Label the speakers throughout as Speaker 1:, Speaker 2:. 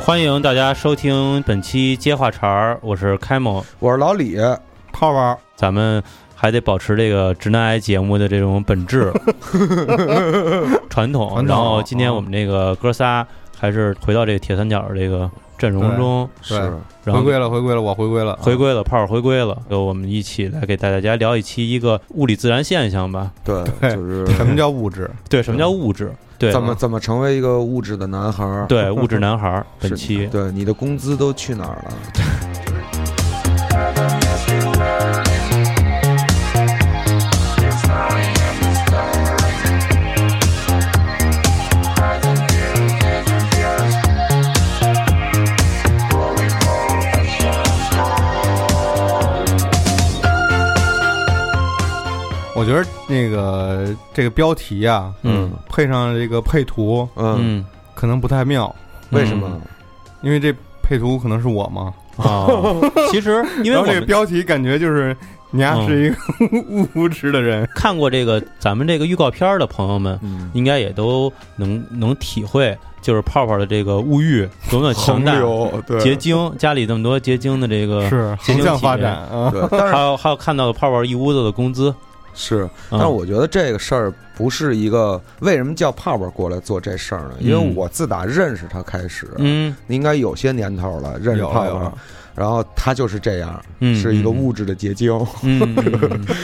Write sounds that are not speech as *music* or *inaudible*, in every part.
Speaker 1: 欢迎大家收听本期接话茬儿，我是开某，
Speaker 2: 我是老李，泡泡，
Speaker 1: 咱们还得保持这个直男癌节目的这种本质传统。
Speaker 2: 传统
Speaker 1: 然后今天
Speaker 2: 嗯
Speaker 1: 我们这个哥仨还是回到这个铁三角这个阵容中，
Speaker 2: 是
Speaker 3: 对
Speaker 1: 然
Speaker 3: 回
Speaker 1: 后
Speaker 3: 归了，回归了，我回归了，啊
Speaker 1: 回归了，炮儿回归了，就我们一起来给大家聊一期一个物理自然现象吧。
Speaker 2: 对，
Speaker 3: 对
Speaker 2: 就是
Speaker 3: 什么叫物质？
Speaker 1: 对，什么叫物质？对，
Speaker 2: 怎么怎么成为一个物质的男孩儿？
Speaker 1: 对物质男孩儿？
Speaker 2: 是
Speaker 1: 本期
Speaker 2: 对你的工资都去哪儿了？
Speaker 3: 我觉得那个这个标题啊，
Speaker 1: 嗯
Speaker 3: 配上这个配图
Speaker 2: 嗯，
Speaker 1: 嗯，
Speaker 3: 可能不太妙，
Speaker 2: 为什么？
Speaker 3: 因为这配图可能是我嘛，
Speaker 1: 啊？其实因为
Speaker 3: 然
Speaker 1: 我
Speaker 3: 后这个
Speaker 1: 们
Speaker 3: 标题感觉就是你丫
Speaker 1: 嗯
Speaker 3: 是一个 *laughs* 无知的人，
Speaker 1: 看过这个咱们这个预告片儿的朋友们，
Speaker 2: 嗯，
Speaker 1: 应该也都能能体会，就是泡泡的这个物欲多么强大，
Speaker 3: 流
Speaker 1: 结
Speaker 3: 对
Speaker 1: 晶家里那么多结晶的这个，
Speaker 3: 是横向发展啊，
Speaker 2: 嗯对，
Speaker 3: *laughs*
Speaker 2: 但
Speaker 1: 还
Speaker 2: 是
Speaker 1: 有还有看到的泡泡一屋子的工资，
Speaker 2: 是，
Speaker 1: 嗯
Speaker 2: 但是我觉得这个事儿不是一个为什么叫泡泡过来做这事儿呢？因为
Speaker 1: 嗯
Speaker 2: 我自打认识他开始，
Speaker 1: 嗯
Speaker 2: 应该有些年头了，认识
Speaker 3: 有
Speaker 2: 泡
Speaker 3: 了有
Speaker 2: 泡
Speaker 3: 了，，
Speaker 2: 然后他就是这样，
Speaker 1: 嗯，
Speaker 2: 是一个物质的
Speaker 1: *laughs*
Speaker 2: 结晶，
Speaker 1: 嗯，嗯，嗯嗯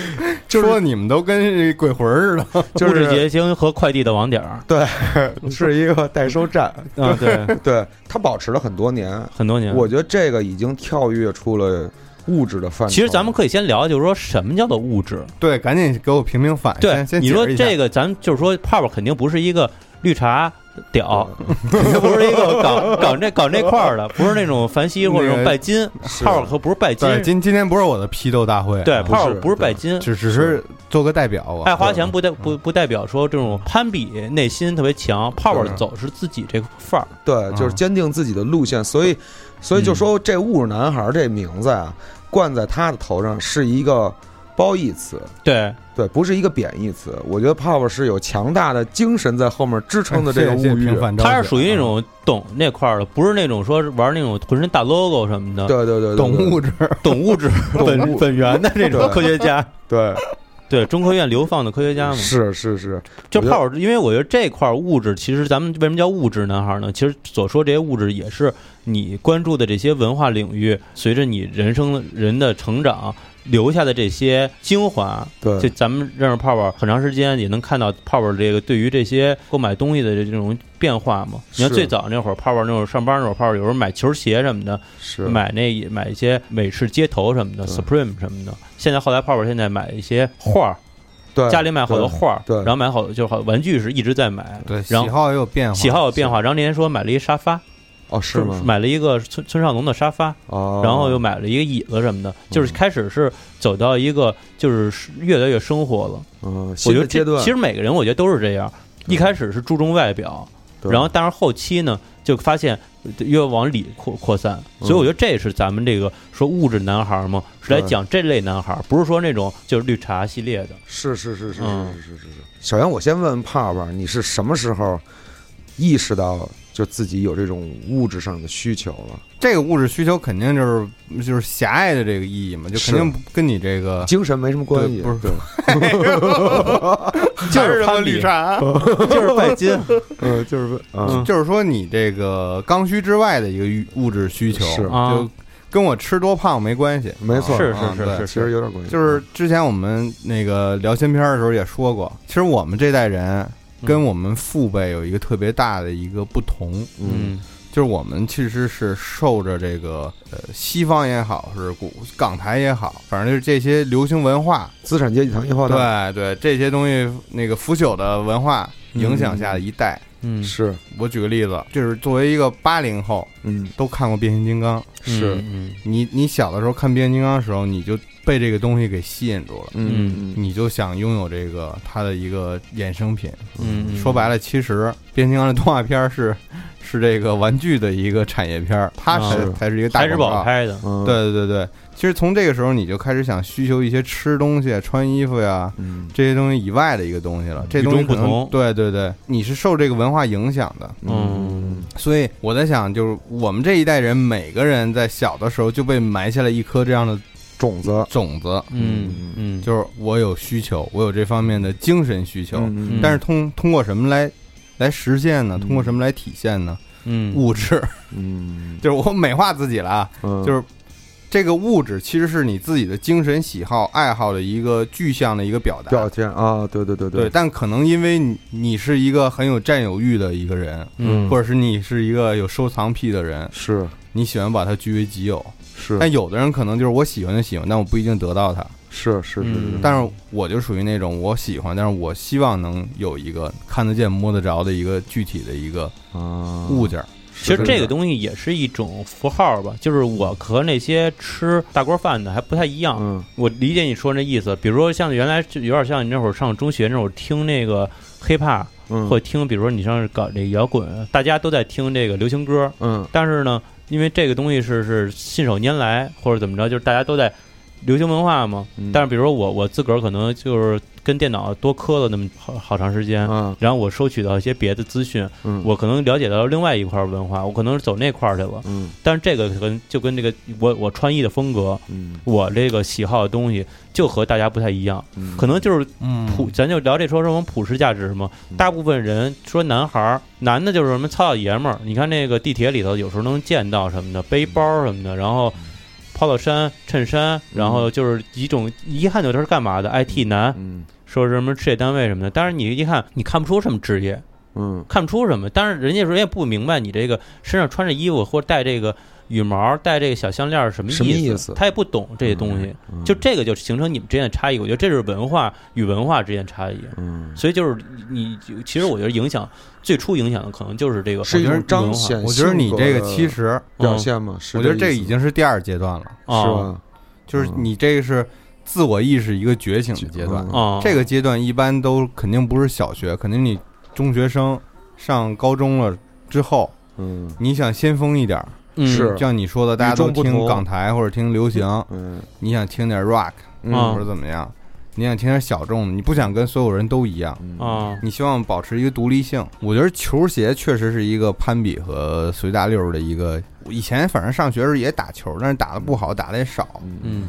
Speaker 2: 就是
Speaker 3: 说你们都跟鬼魂似的，
Speaker 2: 就
Speaker 1: 物质
Speaker 2: 是
Speaker 1: 结晶和快递的网点儿
Speaker 2: 是一个代收站，
Speaker 1: 啊，对，
Speaker 2: 对他保持了很多年，
Speaker 1: 很多年。
Speaker 2: 我觉得这个已经跳跃出了物质的范畴。
Speaker 1: 其实咱们可以先聊，就是说什么叫做物质？
Speaker 3: 对，赶紧给我评评反，
Speaker 1: 对
Speaker 2: 哎
Speaker 3: 先，先
Speaker 1: 你说这
Speaker 3: 个
Speaker 1: 个，咱就是说泡泡肯定不是一个绿茶
Speaker 2: *laughs*
Speaker 1: 屌，
Speaker 2: 嗯
Speaker 1: 肯定不是一个搞搞这搞这块儿的，不是那
Speaker 2: *laughs*
Speaker 1: 种凡西或者那种拜金，
Speaker 2: 是
Speaker 1: 泡泡可不是拜金，
Speaker 3: 对，今今天不是我的批斗大会，
Speaker 1: 对，
Speaker 3: 啊
Speaker 1: 泡泡
Speaker 2: 是
Speaker 1: 不是
Speaker 2: 对
Speaker 1: 拜金，
Speaker 3: *laughs* 只只是做个代表，我
Speaker 1: 爱花钱不代
Speaker 2: 嗯
Speaker 1: 不不代表说这种攀比内心特别强，泡泡
Speaker 2: 对
Speaker 1: 走是自己这个范儿，嗯
Speaker 2: 对，就是坚定自己的路线，所以，所以就说这“物质男孩”这名字啊，冠在他的头上是一个褒义词，
Speaker 1: 对，
Speaker 2: 对，不是一个贬义词。我觉得泡泡是有强大的精神在后面支撑的这
Speaker 1: 哎
Speaker 2: 个
Speaker 3: *laughs* 谢谢
Speaker 2: 物欲
Speaker 3: 平，反照
Speaker 1: 啊他
Speaker 3: 解
Speaker 1: 是属于
Speaker 2: 啊
Speaker 1: 那种懂那块儿的，不是那种说是玩那种浑身大 logo 什么的，
Speaker 2: 对对对，对
Speaker 3: 懂物，质，
Speaker 1: *laughs* 懂物质
Speaker 2: *laughs* 懂
Speaker 1: 本
Speaker 2: 物
Speaker 1: 本源的这种
Speaker 2: 对
Speaker 1: 科学家，
Speaker 2: 对，
Speaker 1: 对，中科院流放的科学家嘛，
Speaker 2: 是是是，
Speaker 1: 就
Speaker 2: 我觉得
Speaker 1: 泡泡，因为我觉得这块儿物质，其实咱们为什么叫物质男孩呢？其实所说这些物质也是你关注的这些文化领域，随着你人生的人的成长留下的这些精华，就
Speaker 2: 对，
Speaker 1: 咱们认识泡泡很长时间，也能看到泡泡这个对于这些购买东西的这种变化嘛。你看
Speaker 2: 是
Speaker 1: 最早那会儿，泡泡那会儿上班那会儿，泡泡有时候买球鞋什么的，
Speaker 2: 是
Speaker 1: 买那买一些美式街头什么的
Speaker 2: 对
Speaker 1: ，Supreme 什么的。现在后来泡泡现在买一些画儿，
Speaker 2: 对
Speaker 1: 家里买好多画儿，
Speaker 2: 对对
Speaker 1: 然后买好就是好玩具是一直在买，
Speaker 3: 对，喜
Speaker 1: 然后
Speaker 3: 好也有变化，
Speaker 1: 喜好有变化。然后那天说买了一沙发，
Speaker 2: 哦是吗？
Speaker 1: 买了一个村村上龙的沙发，
Speaker 2: 哦，嗯
Speaker 1: 然后又买了一个椅子什么的，就是开始是走到一个就是越来越生活了。
Speaker 2: 嗯，新
Speaker 1: 我觉
Speaker 2: 的
Speaker 1: 得
Speaker 2: 阶
Speaker 1: 这
Speaker 2: 段
Speaker 1: 其实每个人我觉得都是这样，
Speaker 2: 对
Speaker 1: 一开始是注重外表，
Speaker 2: 对
Speaker 1: 然后但是后期呢就发现越往里扩扩散，所以我觉得这是咱们这个说物质男孩嘛，是来
Speaker 2: 对
Speaker 1: 讲这类男孩，不是说那种就是绿茶系列的。
Speaker 2: 是是是是
Speaker 1: 嗯
Speaker 2: 是是是是。首先，我先问问泡泡，你是什么时候意识到就自己有这种物质上的需求了？
Speaker 3: 这个物质需求肯定就是就是狭隘的这个意义嘛，就肯定跟你这个
Speaker 2: 精神没什么 *laughs* 关系，
Speaker 3: 啊对不是
Speaker 2: 对，
Speaker 3: *laughs*
Speaker 1: 就是
Speaker 3: 还什么
Speaker 1: 攀比
Speaker 3: 绿，
Speaker 1: *laughs*
Speaker 3: 茶，
Speaker 1: 就是拜金。
Speaker 2: 嗯，就是嗯，
Speaker 3: 啊就是说你这个刚需之外的一个欲物质需求，
Speaker 2: 是
Speaker 1: 啊
Speaker 3: 就跟我吃多胖没关系，
Speaker 2: 没错，
Speaker 1: 是
Speaker 3: 啊
Speaker 1: 是
Speaker 3: 对
Speaker 1: 是
Speaker 2: 其实有点关系，
Speaker 3: 就是之前我们那个聊新片儿的时候也说过，其实我们这代人
Speaker 1: 嗯
Speaker 3: 跟我们父辈有一个特别大的一个不同，
Speaker 2: 嗯，
Speaker 3: 就是我们其实是受着这个呃西方也好，是古港台也好，反正就是这些流行文化，
Speaker 2: 资产阶级糖衣炮弹，
Speaker 3: 对对，这些东西那个腐朽的文化影响下的一代。
Speaker 1: 嗯，
Speaker 2: 是，
Speaker 3: 我举个例子，就是作为一个八零后，
Speaker 2: 嗯，
Speaker 3: 都看过变形金刚。
Speaker 2: 是，
Speaker 1: 嗯，
Speaker 3: 你你小的时候看变形金刚的时候，你就被这个东西给吸引住了，
Speaker 2: 嗯嗯
Speaker 3: 你就想拥有这个它的一个衍生品。
Speaker 1: 嗯嗯，
Speaker 3: 说白了，其实变形金刚的动画片是是这个玩具的一个产业片儿，它
Speaker 1: 啊
Speaker 3: 才
Speaker 2: 是
Speaker 3: 才是一个大
Speaker 1: 海之
Speaker 3: 广
Speaker 1: 宝
Speaker 3: 告。
Speaker 1: 拍的，
Speaker 2: 嗯，
Speaker 3: 对对对，其实从这个时候你就开始想需求一些吃东西、穿衣服呀
Speaker 2: 嗯，
Speaker 3: 这些东西以外的一个东西了。
Speaker 1: 嗯
Speaker 3: 这
Speaker 1: 与
Speaker 3: 东西
Speaker 1: 众不
Speaker 3: 可能
Speaker 1: 同
Speaker 3: 对对对，你是受这个文化影响的，
Speaker 1: 嗯，
Speaker 3: 所以我在想，就是我们这一代人每个人在小的时候就被埋下了一颗这样的
Speaker 2: 种子，
Speaker 3: 种子，
Speaker 1: 嗯嗯，
Speaker 3: 就是我有需求，我有这方面的精神需求，
Speaker 2: 嗯
Speaker 3: 但是通通过什么来来实现呢？
Speaker 2: 嗯
Speaker 3: 通过什么来体现呢？
Speaker 1: 嗯
Speaker 3: 物质， *laughs*
Speaker 2: 嗯，
Speaker 3: 就是我美化自己了啊，
Speaker 2: 就
Speaker 3: 就是这个物质其实是你自己的精神喜好、爱好的一个具象的一个表达。
Speaker 2: 表现啊，对对对
Speaker 3: 对，，但可能因为你你是一个很有占有欲的一个人，
Speaker 1: 嗯
Speaker 3: 或者是你是一个有收藏癖的人，
Speaker 2: 是
Speaker 3: 你喜欢把它据为己有。
Speaker 2: 是
Speaker 3: 但有的人可能就是我喜欢就喜欢，但我不一定得到它。
Speaker 2: 是是是，
Speaker 3: 但是我就属于那种我喜欢，但是我希望能有一个看得见、摸得着的一个具体的一个
Speaker 2: 啊，
Speaker 3: 物件儿。
Speaker 1: 其实这个东西也是一种符号吧，就是我和那些吃大锅饭的还不太一样。
Speaker 2: 嗯
Speaker 1: 我理解你说那意思，比如说像原来就有点像你那会儿上中学那会儿听那个 hiphop，
Speaker 2: 嗯
Speaker 1: 或者听比如说你上搞这摇滚，大家都在听这个流行歌，
Speaker 2: 嗯
Speaker 1: 但是呢，因为这个东西是是信手拈来或者怎么着，就是大家都在流行文化嘛。
Speaker 2: 嗯
Speaker 1: 但是比如说我我自个儿可能就是跟电脑多磕了那么好好长时间，
Speaker 2: 啊
Speaker 1: 然后我收取到一些别的资讯，
Speaker 2: 嗯
Speaker 1: 我可能了解到另外一块文化，我可能是走那块儿去了。
Speaker 2: 嗯
Speaker 1: 但是这个跟就跟这个我我穿衣的风格，
Speaker 2: 嗯
Speaker 1: 我这个喜好的东西就和大家不太一样，
Speaker 2: 嗯，
Speaker 1: 可能就是
Speaker 3: 嗯
Speaker 1: 普，咱就聊这说什么普世价值嘛。
Speaker 2: 嗯
Speaker 1: 大部分人说男孩儿，男的就是什么糙老爷们儿，你看那个地铁里头有时候能见到什
Speaker 2: 嗯
Speaker 1: 么的，背包什么的，然后 polo 衫、衬
Speaker 2: 嗯
Speaker 1: 衫，然后就是一种一看就知道是干嘛的 IT 男，
Speaker 2: 嗯
Speaker 1: 说是什么事业单位什么的，但是你一看你看不出什么职业，
Speaker 2: 嗯
Speaker 1: 看不出什么，但是人家人也不明白你这个身上穿着衣服或者戴这个羽毛、戴这个小项链儿什么
Speaker 2: 什么
Speaker 1: 意
Speaker 2: 意思嗯
Speaker 1: 他也不懂这些东西。就这个就形成你们之间的差异，我觉得这是文化与文化之间的差异。
Speaker 2: 嗯
Speaker 1: 所以就是你，你其实我觉得影响最初影响的可能就是这个
Speaker 2: 是一种彰显，
Speaker 3: 我觉得你这个其实，嗯
Speaker 2: 表现嘛，是
Speaker 3: 我觉得这已经是第二阶段了，
Speaker 2: 是
Speaker 1: 啊
Speaker 2: 吧？
Speaker 3: 就是你这个是自我意识一个觉醒的阶段。
Speaker 2: 嗯
Speaker 1: 啊，
Speaker 3: 这个阶段一般都肯定不是小学，肯定你中学生上高中了之后，
Speaker 2: 嗯
Speaker 3: 你想先锋一点儿，
Speaker 1: 嗯
Speaker 2: 是
Speaker 3: 像你说的，大家都
Speaker 2: 与众不
Speaker 3: 听
Speaker 2: 同
Speaker 3: 港台或者听流行，
Speaker 2: 嗯
Speaker 3: 你想听点 rock
Speaker 1: 啊
Speaker 3: 或者怎么样，你想听点小众的，你不想跟所有人都一样。
Speaker 2: 嗯
Speaker 1: 啊，
Speaker 3: 你希望保持一个独立性，我觉得球鞋确实是一个攀比和随大溜儿的一个。以前反正上学时候也打球，但是打的不好，打的也少。
Speaker 2: 嗯
Speaker 1: 嗯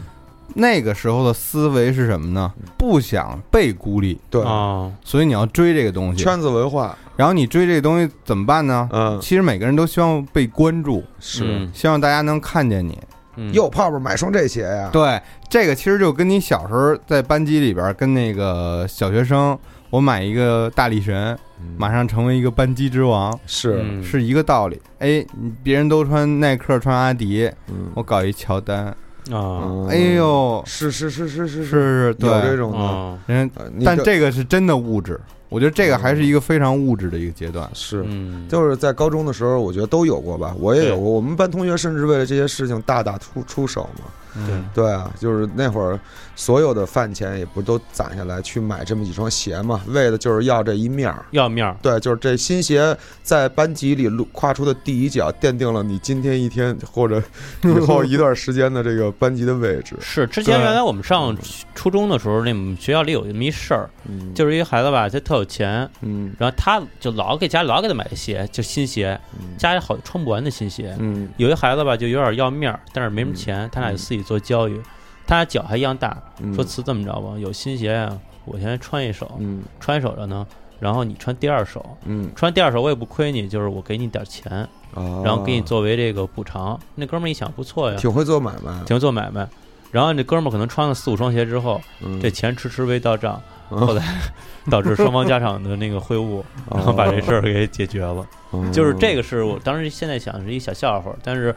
Speaker 3: 那个时候的思维是什么呢？不想被孤立，
Speaker 2: 对，
Speaker 1: 啊，
Speaker 3: 所以你要追这个东西。
Speaker 2: 圈子文化，
Speaker 3: 然后你追这个东西怎么办呢？
Speaker 2: 嗯
Speaker 3: 其实每个人都希望被关注，
Speaker 2: 是
Speaker 3: 希望大家能看见你。
Speaker 1: 嗯
Speaker 2: 又泡泡买双这鞋呀，
Speaker 3: 对，这个其实就跟你小时候在班级里边儿跟那个小学生，我买一个大力神，
Speaker 2: 嗯
Speaker 3: 马上成为一个班级之王，
Speaker 2: 是
Speaker 1: 嗯
Speaker 3: 是一个道理。哎，你别人都穿耐克、穿阿迪，
Speaker 2: 嗯
Speaker 3: 我搞一乔丹，
Speaker 1: 啊
Speaker 3: 哎呦，
Speaker 2: 是是是是是
Speaker 3: 是是，
Speaker 2: 有这
Speaker 3: 对，
Speaker 2: 种的，
Speaker 1: 啊，
Speaker 3: 人，
Speaker 2: 呃你
Speaker 3: 但这个是真的物质，我觉得这个还是一个非常物质的一个阶段。
Speaker 2: 是
Speaker 1: 嗯，
Speaker 2: 就是在高中的时候，我觉得都有过吧，我也有过。我们班同学甚至为了这些事情大打出出手嘛。
Speaker 1: 对
Speaker 2: 对啊，就是那会儿所有的饭钱也不都攒下来去买这么几双鞋嘛，为的就是要这一面儿。
Speaker 1: 要面儿，
Speaker 2: 对，就是这新鞋在班级里路跨出的第一脚，奠定了你今天一天或者以后一段时间的这个班级的位置。
Speaker 1: 是之前
Speaker 3: 对
Speaker 1: 原来我们上初中的时候，那我们学校里有这么一事儿，
Speaker 2: 嗯，
Speaker 1: 就是一个孩子吧，他特有钱，
Speaker 2: 嗯
Speaker 1: 然后他就老给家里老给他买鞋，就新鞋，家里好穿不完的新鞋。
Speaker 2: 嗯
Speaker 1: 有一孩子吧，就有点要面儿，但是没什么钱，他俩就自己做交易，他俩脚还一样大，
Speaker 2: 嗯，
Speaker 1: 说词这么着吧，有新鞋呀，我先穿一手，
Speaker 2: 嗯
Speaker 1: 穿一手着呢，然后你穿第二手，
Speaker 2: 嗯
Speaker 1: 穿第二手我也不亏你，就是我给你点钱，
Speaker 2: 啊，
Speaker 1: 然后给你作为这个补偿。那哥们儿一想不错呀，
Speaker 2: 挺会做买卖，
Speaker 1: 挺会做买卖。然后这哥们儿可能穿了四五双鞋之后，
Speaker 2: 嗯
Speaker 1: 这钱迟迟未到账，
Speaker 2: 嗯哦
Speaker 1: 后来 *laughs* 导致双方家长的那个会
Speaker 2: *laughs*
Speaker 1: 晤，然后把这事儿给解决了。就是这
Speaker 2: 个
Speaker 1: 个是我当时现在想是一小笑话，但是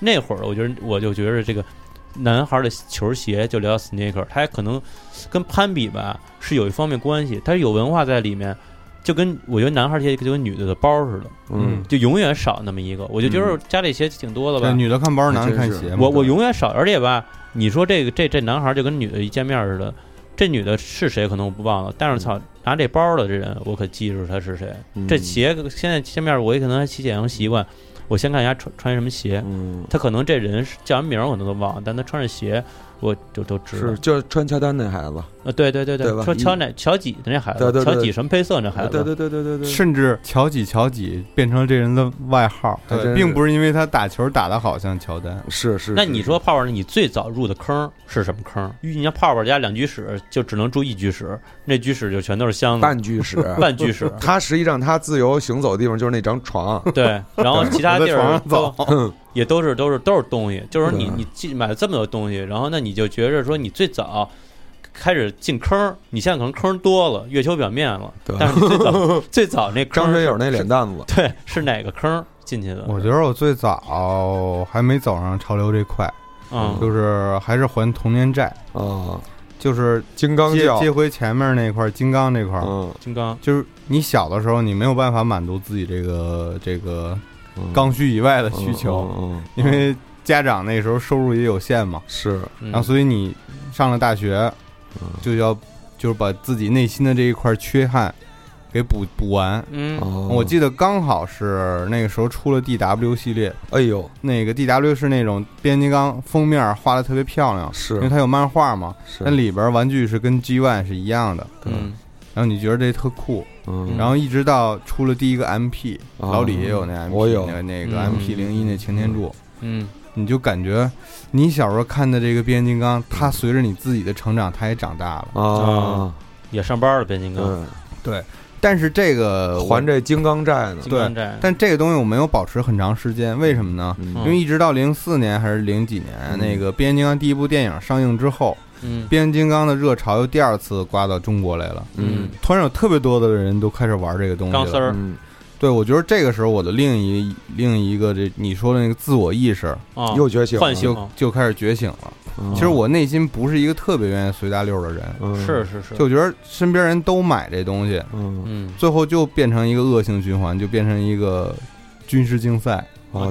Speaker 1: 那会儿我觉得我就觉得这个男孩的球鞋就聊到 sneaker，它可能跟攀比吧是有一方面关系，它是有文化在里面，就跟我觉得男孩鞋就跟女的的包似的，
Speaker 2: 嗯
Speaker 1: 就永远少那么一个。我就觉得家里鞋挺多的吧
Speaker 3: 对，，女的看包，
Speaker 2: 还
Speaker 3: 男的
Speaker 2: 真
Speaker 3: 看
Speaker 2: 是
Speaker 3: 鞋嘛。
Speaker 1: 我我永远少，而且吧，你说这个这这男孩就跟女的一见面似的，这女的是谁可能我不忘了，但是操，拿这包的这人，我可记住他是谁。
Speaker 2: 嗯
Speaker 1: 这，鞋现在现面我也可能还起剪洋习惯，我先看一下穿穿什么鞋。
Speaker 2: 嗯，
Speaker 1: 他可能这人是叫什么名儿我可能都忘了，但他穿着鞋我就都知道
Speaker 2: 是。就是穿乔丹那孩子，
Speaker 1: 啊，对对对
Speaker 2: 对吧
Speaker 1: 说
Speaker 2: 嗯
Speaker 1: 乔哪乔几的那孩
Speaker 2: 对
Speaker 1: 子，
Speaker 2: 对对
Speaker 1: 乔几什么配色那孩
Speaker 2: 对
Speaker 1: 子，
Speaker 2: 对对对对对，
Speaker 3: 甚至乔几乔几变成了这人的外号，
Speaker 2: 还真是
Speaker 3: 并不是因为他打球打得好像乔丹。
Speaker 2: 是是。
Speaker 1: 那
Speaker 2: 是
Speaker 1: 你说泡泡，你最早入的坑是什么坑？你像泡泡家两居室，就只能住一居室，那居室就全都是箱子，
Speaker 2: 半句史，。
Speaker 1: *laughs* 半居室
Speaker 2: 他实际上他自由行走的地方就是那张床，
Speaker 1: 对，然后其他
Speaker 3: 我在
Speaker 1: 地
Speaker 3: 床
Speaker 1: 儿
Speaker 3: 上
Speaker 1: 都
Speaker 2: 嗯
Speaker 1: 也都是都是都是东西，就是说你
Speaker 2: 对啊
Speaker 1: 你进买了这么多东西，然后那你就觉着说你最早开始进坑，你现在可能坑多了，月球表面了，
Speaker 2: 对啊
Speaker 1: 但是你最
Speaker 2: *laughs*
Speaker 1: 早最早那坑
Speaker 2: 张学友那
Speaker 1: 是
Speaker 2: 脸蛋子，
Speaker 1: 对是哪个坑进去的？
Speaker 3: 我觉得我最早还没走上潮流这块，
Speaker 1: 嗯
Speaker 3: 就是还是还童年债，
Speaker 2: 啊，
Speaker 3: 就是
Speaker 2: 金刚
Speaker 3: 接
Speaker 2: 教，
Speaker 3: 接回前面那块儿金刚那块儿，
Speaker 2: 嗯，
Speaker 1: 金刚
Speaker 3: 就是你小的时候你没有办法满足自己这个这个
Speaker 2: 嗯
Speaker 3: 刚需以外的需求，
Speaker 2: 嗯，嗯嗯
Speaker 3: 因为家长那时候收入也有限嘛，
Speaker 2: 是
Speaker 1: 嗯
Speaker 3: 然后所以你上了大学
Speaker 2: 嗯
Speaker 3: 就要就是把自己内心的这一块缺憾给补补完。
Speaker 1: 嗯
Speaker 2: 哦
Speaker 3: 我记得刚好是那个时候出了 DW 系列，
Speaker 2: 哎呦，
Speaker 3: 那个 DW 是那种变形金刚封面画的特别漂亮，因为
Speaker 2: 是
Speaker 3: 它有漫画嘛，
Speaker 2: 是
Speaker 3: 那，里边玩具是跟 G One 是一样的，
Speaker 1: 嗯
Speaker 3: 然后你觉得这特酷，
Speaker 2: 嗯，
Speaker 3: 然后一直到出了第一个 MP，、
Speaker 2: 啊
Speaker 3: 老李也有那 MP，
Speaker 2: 我有
Speaker 3: 那个那个
Speaker 1: 嗯
Speaker 3: MP 零一那擎天柱，
Speaker 1: 嗯
Speaker 3: 你就感觉你小时候看的这个变形金刚，
Speaker 2: 嗯
Speaker 3: 它随着你自己的成长，它也长大了。
Speaker 2: 啊，
Speaker 1: 也上班了变形金刚，
Speaker 2: 对，
Speaker 3: 但是这个我
Speaker 2: 还，这金刚债呢，
Speaker 1: 金刚站
Speaker 3: 但这个东西我没有保持很长时间，为什么呢？
Speaker 2: 嗯
Speaker 1: 嗯
Speaker 3: 因为一直到零四年还是零几年，
Speaker 2: 嗯
Speaker 3: 那个变形金刚第一部电影上映之后，
Speaker 1: 嗯
Speaker 3: 变形金刚的热潮又第二次刮到中国来了。
Speaker 1: 嗯
Speaker 3: 突然有特别多的人都开始玩这个东西了。
Speaker 1: 钢丝儿
Speaker 2: 嗯，
Speaker 3: 对，我觉得这个时候我的另一另一个这你说的那个自我意识
Speaker 1: 啊
Speaker 2: 嗯又觉醒了，
Speaker 1: 唤醒
Speaker 3: 就
Speaker 1: 哦
Speaker 3: 就开始觉醒了。
Speaker 2: 嗯
Speaker 3: 其实我内心不是一个特别愿意随大溜的人，
Speaker 2: 嗯
Speaker 1: 是是是
Speaker 3: 就觉得身边人都买这东西，
Speaker 2: 嗯
Speaker 1: 嗯
Speaker 3: 最后就变成一个恶性循环，就变成一个军事竞赛，
Speaker 2: 啊，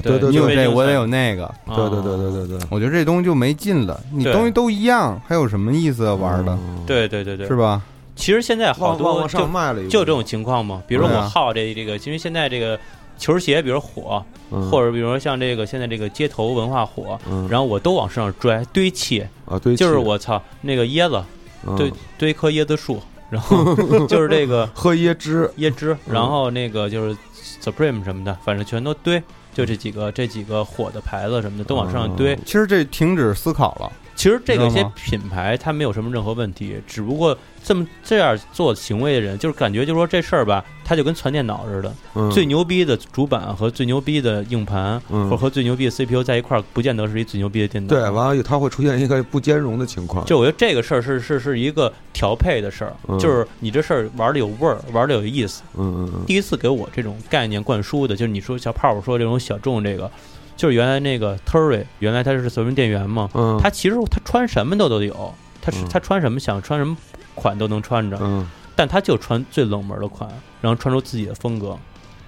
Speaker 1: 对啊
Speaker 2: 对对
Speaker 3: 你
Speaker 1: 因
Speaker 3: 有
Speaker 1: 为
Speaker 2: 对，
Speaker 3: 这
Speaker 1: 竞赛
Speaker 3: 我得有那个。
Speaker 2: 对对对对对对，
Speaker 3: 我觉得这东西就没劲了，你
Speaker 1: 对
Speaker 3: 东西都一样，还有什么意思玩的，
Speaker 2: 嗯，
Speaker 1: 对对对对
Speaker 3: 是吧？
Speaker 1: 其实现在好
Speaker 2: 往往
Speaker 1: 多
Speaker 2: 往
Speaker 1: 就
Speaker 2: 上卖了一步，
Speaker 1: 就这种情况嘛，比如说
Speaker 3: 对啊
Speaker 1: 我好这这个，因为现在这个球鞋比如火，
Speaker 2: 嗯，
Speaker 1: 或者比如说像这个现在这个街头文化火，
Speaker 2: 嗯，
Speaker 1: 然后我都往身上拽堆砌，
Speaker 2: 啊，对，
Speaker 1: 就是我操那个椰子
Speaker 2: 嗯
Speaker 1: 对堆一棵椰子树，然后就是这个
Speaker 2: 喝椰汁，
Speaker 1: 椰汁，
Speaker 2: 嗯
Speaker 1: 然后那个就是 Supreme 什么的，反正全都堆。就这几个，这几个火的牌子什么的都往上堆
Speaker 2: 嗯。
Speaker 3: 其实这停止思考了，
Speaker 1: 其实这个
Speaker 3: 哦知道
Speaker 1: 些
Speaker 3: 吗
Speaker 1: 品牌它没有什么任何问题，只不过这么这样做行为的人，就是感觉就是说这事儿吧，他就跟传电脑似的，
Speaker 2: 嗯
Speaker 1: 最牛逼的主板和最牛逼的硬盘，
Speaker 2: 嗯
Speaker 1: 或者和最牛逼的 CPU 在一块儿，不见得是一最牛逼的电脑。
Speaker 2: 对，完了以后它会出现一个不兼容的情况，
Speaker 1: 就我觉得这个事儿是是是一个调配的事儿，
Speaker 2: 嗯
Speaker 1: 就是你这事儿玩的有味儿，玩的有意思。
Speaker 2: 嗯嗯
Speaker 1: 第一次给我这种概念灌输的，就是你说小泡泡说这种小众这个，就是原来那个 Terry，原来他是随身店员嘛，
Speaker 2: 嗯，
Speaker 1: 他其实他穿什么都都有，他是
Speaker 2: 嗯
Speaker 1: 他穿什么想穿什么款都能穿着，
Speaker 2: 嗯
Speaker 1: 但他就穿最冷门的款，然后穿出自己的风格。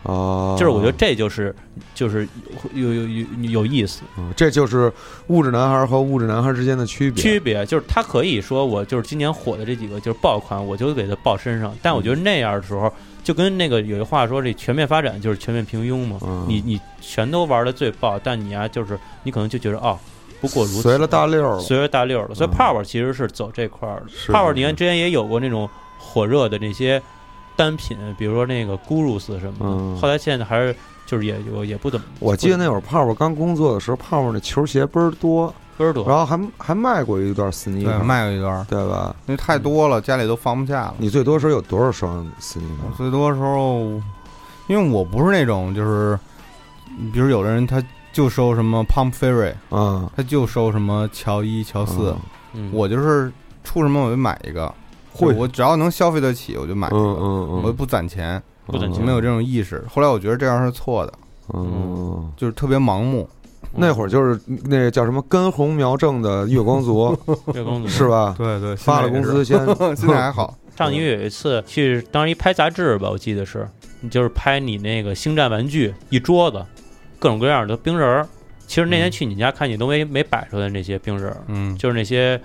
Speaker 2: 哦，
Speaker 1: 就是我觉得这就是就是有有有有有意思
Speaker 2: 嗯这就是物质男孩和物质男孩之间的区别，
Speaker 1: 区别，就是他可以说我就是今年火的这几个就是爆款，我就给他爆身上，但我
Speaker 2: 嗯
Speaker 1: 觉得那样的时候就跟那个有一话说这全面发展就是全面平庸嘛，
Speaker 2: 嗯
Speaker 1: 你你全都玩的最爆，但你啊就是你可能就觉得哦不过如此，
Speaker 2: 随了大溜儿了，
Speaker 1: 随了大溜了，所以
Speaker 2: 嗯
Speaker 1: 泡泡其实是走这块儿的，
Speaker 2: 是
Speaker 1: 泡泡你看之前也有过那种火热的那些单品，比如说那个 Gurus 什么的，
Speaker 2: 嗯
Speaker 1: 后来现在还是。就是也我也不怎么，
Speaker 2: 我记得那会儿泡泡刚工作的时候，泡泡那球鞋倍儿多，
Speaker 1: 倍儿多，
Speaker 2: 然后还还卖过一段斯尼
Speaker 3: 对，
Speaker 2: 克，
Speaker 3: 卖过一段儿，
Speaker 2: 对吧？
Speaker 3: 那太多了，家里都放不下了。
Speaker 2: 你最多时候有多少双斯尼
Speaker 3: 我
Speaker 2: 克？
Speaker 3: 最多的时候，因为我不是那种就是，比如有的人他就收什么 Pump Fury，
Speaker 2: 啊，
Speaker 3: 他就收什么乔一、乔四，
Speaker 2: 嗯
Speaker 1: 嗯
Speaker 3: 我就是出什么我就买一个，
Speaker 2: 会
Speaker 3: 我只要能消费得起我就买一
Speaker 2: 嗯
Speaker 3: 个，
Speaker 2: 嗯嗯，
Speaker 3: 我不攒钱，
Speaker 1: 不攒
Speaker 3: 就
Speaker 1: 钱
Speaker 3: 没有这种意识。后来我觉得这样是错的，
Speaker 2: 嗯。嗯嗯
Speaker 3: 就是特别盲目。
Speaker 1: 嗯
Speaker 2: 那会儿就是那个叫什么根红苗正的月光
Speaker 3: *laughs*
Speaker 2: 族
Speaker 1: 月光族
Speaker 2: 是吧？
Speaker 3: 对对，
Speaker 2: 发了工资先
Speaker 3: 现在
Speaker 2: *laughs*
Speaker 3: 还好，
Speaker 1: 上个月有一次去，当时一拍杂志吧，我记得是，你就是拍你那个星战玩具一桌子，各种各样的冰人儿。其实那
Speaker 2: 嗯
Speaker 1: 天去你家看，你都没没摆出来那些冰人儿，
Speaker 3: 嗯，
Speaker 1: 就是那些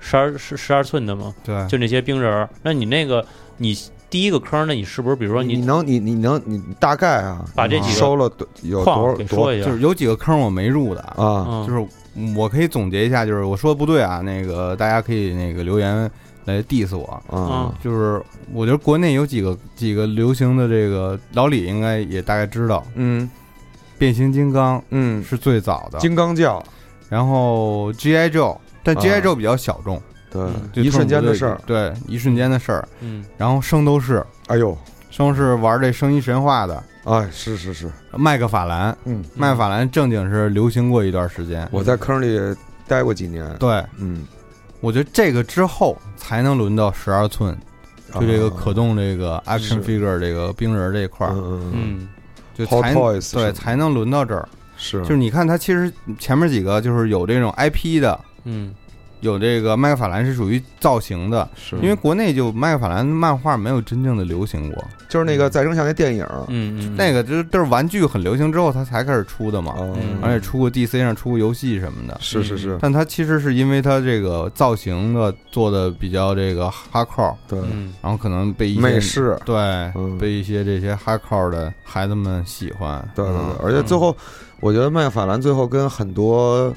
Speaker 1: 十二十十二寸的嘛，
Speaker 2: 嗯
Speaker 3: 对，
Speaker 1: 就那些冰人儿。那你那个你第一个坑，那你是不是比如说
Speaker 2: 你
Speaker 1: 你
Speaker 2: 能你你能你你大概啊，
Speaker 1: 把这
Speaker 3: 几个
Speaker 2: 嗯收了多有多
Speaker 1: 矿给
Speaker 2: 多
Speaker 1: 说一下？
Speaker 3: 就是有几个坑我没入的啊，
Speaker 2: 啊？
Speaker 1: 嗯
Speaker 3: *laughs* 就是我可以总结一下，就是我说的不对啊，那个大家可以那个留言来 diss 我。
Speaker 1: 嗯
Speaker 2: 啊
Speaker 3: 就是我觉得国内有几个几个流行的这个老李应该也大概知道，
Speaker 2: 嗯
Speaker 3: 变形金刚
Speaker 2: 嗯，
Speaker 3: 是最早的，
Speaker 2: 金刚教，
Speaker 3: 然后 G.I. Joe，但
Speaker 2: 啊
Speaker 3: G.I. Joe 比较小众，
Speaker 2: 对
Speaker 1: 嗯，
Speaker 3: 就
Speaker 2: 一瞬间
Speaker 3: 特
Speaker 2: 的
Speaker 3: 别
Speaker 2: 事儿。
Speaker 3: 对，一瞬间的事儿。
Speaker 1: 嗯
Speaker 3: 然后圣斗士，
Speaker 2: 哎呦，
Speaker 3: 圣斗士玩这圣衣神话的，
Speaker 2: 哎，是是是，
Speaker 3: 麦克法兰，
Speaker 2: 嗯，
Speaker 3: 麦克法兰正经是流行过一段时间。
Speaker 2: 我在坑里待过几年，
Speaker 3: 对，
Speaker 2: 嗯，
Speaker 3: 我觉得这个之后才能轮到十二寸，就这个可动这个 action
Speaker 2: 啊是
Speaker 3: figure 这个冰人这一块
Speaker 2: 啊
Speaker 3: 儿，
Speaker 2: 嗯嗯
Speaker 1: 嗯
Speaker 3: 就
Speaker 2: ，Hot
Speaker 3: 才
Speaker 2: Toys
Speaker 3: 对
Speaker 2: 是
Speaker 3: 才能轮到这儿。
Speaker 2: 嗯，是
Speaker 3: 就是你看，它其实前面几个就是有这种 IP 的，
Speaker 1: 嗯
Speaker 2: 啊
Speaker 3: 有这个麦克法兰是属于造型的，
Speaker 2: 是
Speaker 3: 因为国内就麦克法兰漫画没有真正的流行过，
Speaker 2: 就是那个再生下那电影，
Speaker 1: 嗯嗯，
Speaker 3: 那个就是就是玩具很流行之后，它才开始出的嘛，
Speaker 1: 嗯
Speaker 3: 而且出过 DC 上出过游戏什么的。
Speaker 2: 哦是是是，
Speaker 3: 但它其实是因为它这个造型的做的比较这个哈扣，
Speaker 2: 对，
Speaker 1: 嗯
Speaker 3: 然后可能被一
Speaker 2: 美
Speaker 3: 些
Speaker 2: 式，
Speaker 3: 对
Speaker 2: 嗯，
Speaker 3: 被一些这些哈扣的孩子们喜欢。
Speaker 2: 对对
Speaker 3: 嗯
Speaker 2: 对，而且最后，我觉得麦法兰最后跟很多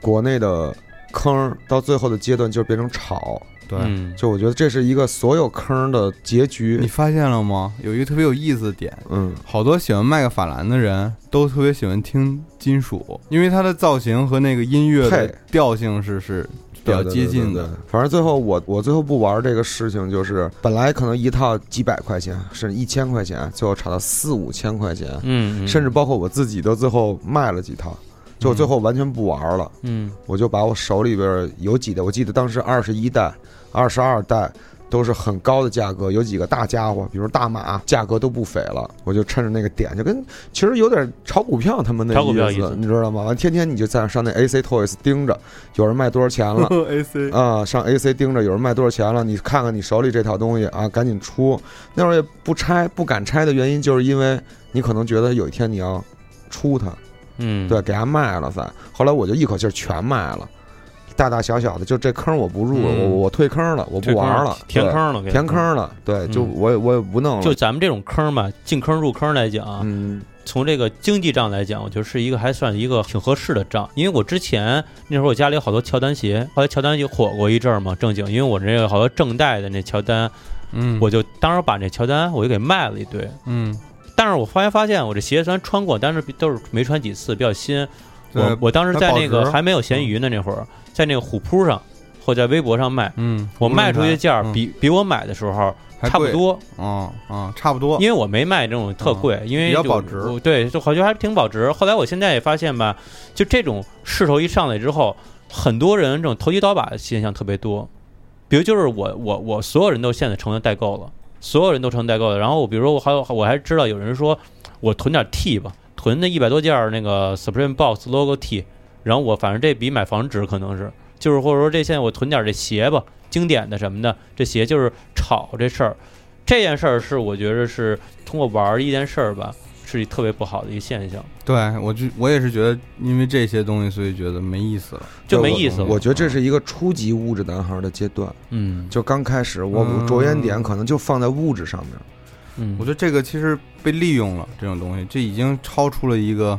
Speaker 2: 国内的坑儿到最后的阶段就是变成炒，
Speaker 3: 对，
Speaker 1: 嗯
Speaker 2: 就我觉得这是一个所有坑儿的结
Speaker 3: 你
Speaker 2: 局。
Speaker 3: 发现了吗？有一个特别有意思的点，
Speaker 2: 嗯，
Speaker 3: 好多喜欢麦克法兰的人都特别喜欢听金属，因为它的造型和那个音乐的
Speaker 2: 配
Speaker 3: 调性是是比较接
Speaker 2: 对
Speaker 3: 近
Speaker 2: 对对
Speaker 3: 的。。
Speaker 2: 对反正最后我我最后不玩这个事情，就是本来可能一套几百块钱，甚至一千块钱，最后炒到四五千块钱，
Speaker 1: 嗯，
Speaker 2: 甚至包括我自己都最后卖了几套，就我最后完全不玩了。
Speaker 1: 嗯
Speaker 2: 我就把我手里边有几代，我记得当时二十一代、二十二代都是很高的价格，有几个大家伙，比如大马，价格都不菲了。我就趁着那个点，就跟其实有点炒股票他们那
Speaker 1: 炒股票
Speaker 2: 意
Speaker 1: 意思
Speaker 2: 你知道吗？完，天天你就在上那 AC Toys 盯着，有人卖多少钱了
Speaker 1: *laughs*
Speaker 3: A *laughs* 哎 C
Speaker 2: 啊，上 AC 盯着有人卖多少钱了，你看看你手里这套东西啊，赶紧出。那会儿也不拆，不敢拆的原因就是因为你可能觉得有一天你要出它，
Speaker 1: 嗯，
Speaker 2: 对，给它卖了算。后来我就一口气儿全卖了，大大小小的，就这坑我不入了，
Speaker 1: 嗯
Speaker 2: 我我退坑了，我
Speaker 1: 退
Speaker 2: 不
Speaker 1: 坑
Speaker 2: 玩了，
Speaker 1: 嗯填
Speaker 2: 对，
Speaker 1: 坑了，给
Speaker 2: 填。坑了，对，就
Speaker 1: 嗯
Speaker 2: 我也我也不弄了，
Speaker 1: 就咱们这种坑吧，进坑入坑来讲，
Speaker 2: 嗯
Speaker 1: 从这个经济账来讲，我觉得是一个还算一个挺合适的账，因为我之前那时候我家里有好多乔丹鞋，后来乔丹就火过一阵儿嘛，正经，因为我这个好多正代的那乔丹，
Speaker 3: 嗯，
Speaker 1: 我就当时把那乔丹我就给卖了一堆，
Speaker 3: 嗯，
Speaker 1: 但是我发现发现我这鞋虽然穿过，但是都是没穿几次，比较新。
Speaker 3: 对
Speaker 1: 我我当时在那
Speaker 3: 还保
Speaker 1: 个
Speaker 3: 值
Speaker 1: 还没有闲鱼呢，那会儿在那个虎扑上或在微博上卖，
Speaker 3: 嗯，
Speaker 1: 我卖出去价儿
Speaker 3: 嗯
Speaker 1: 比比我买的时候
Speaker 3: 还
Speaker 1: 差不
Speaker 3: 贵，
Speaker 1: 多，
Speaker 3: 嗯嗯，差不多
Speaker 1: 因。为我没卖这种
Speaker 3: 哦
Speaker 1: 特贵，因为
Speaker 3: 比较
Speaker 1: 就
Speaker 3: 保值
Speaker 1: 我对，就好像还挺保值。后来我现在也发现吧，就这种势头一上来之后，很多人这种投机倒把的现象特别多。比如就是我我我所有人都现在成了代购了，所有人都成代购了。然后我比如说我还有我还知道有人说我囤点 T 吧，囤那一百多件儿那个 Supreme Box Logo T，然后我反正这比买房值可能是，就是或者说这现在我囤点这鞋吧，经典的什么的，这鞋就是炒这事儿，这件事儿是我觉得是通过玩儿一件事儿吧，是一特别不好的一个现象，
Speaker 3: 对我就我也是觉得，因为这些东西，所以觉得没意思了。
Speaker 1: 就
Speaker 2: 对
Speaker 1: 没意思了。
Speaker 2: 我觉得这是一个初级物质男孩的阶段，
Speaker 1: 嗯
Speaker 2: 就刚开始，我
Speaker 3: 嗯
Speaker 2: 着眼点可能就放在物质上面。
Speaker 1: 嗯
Speaker 3: 我觉得这个其实被利用了，这种东西，这已经超出了一个，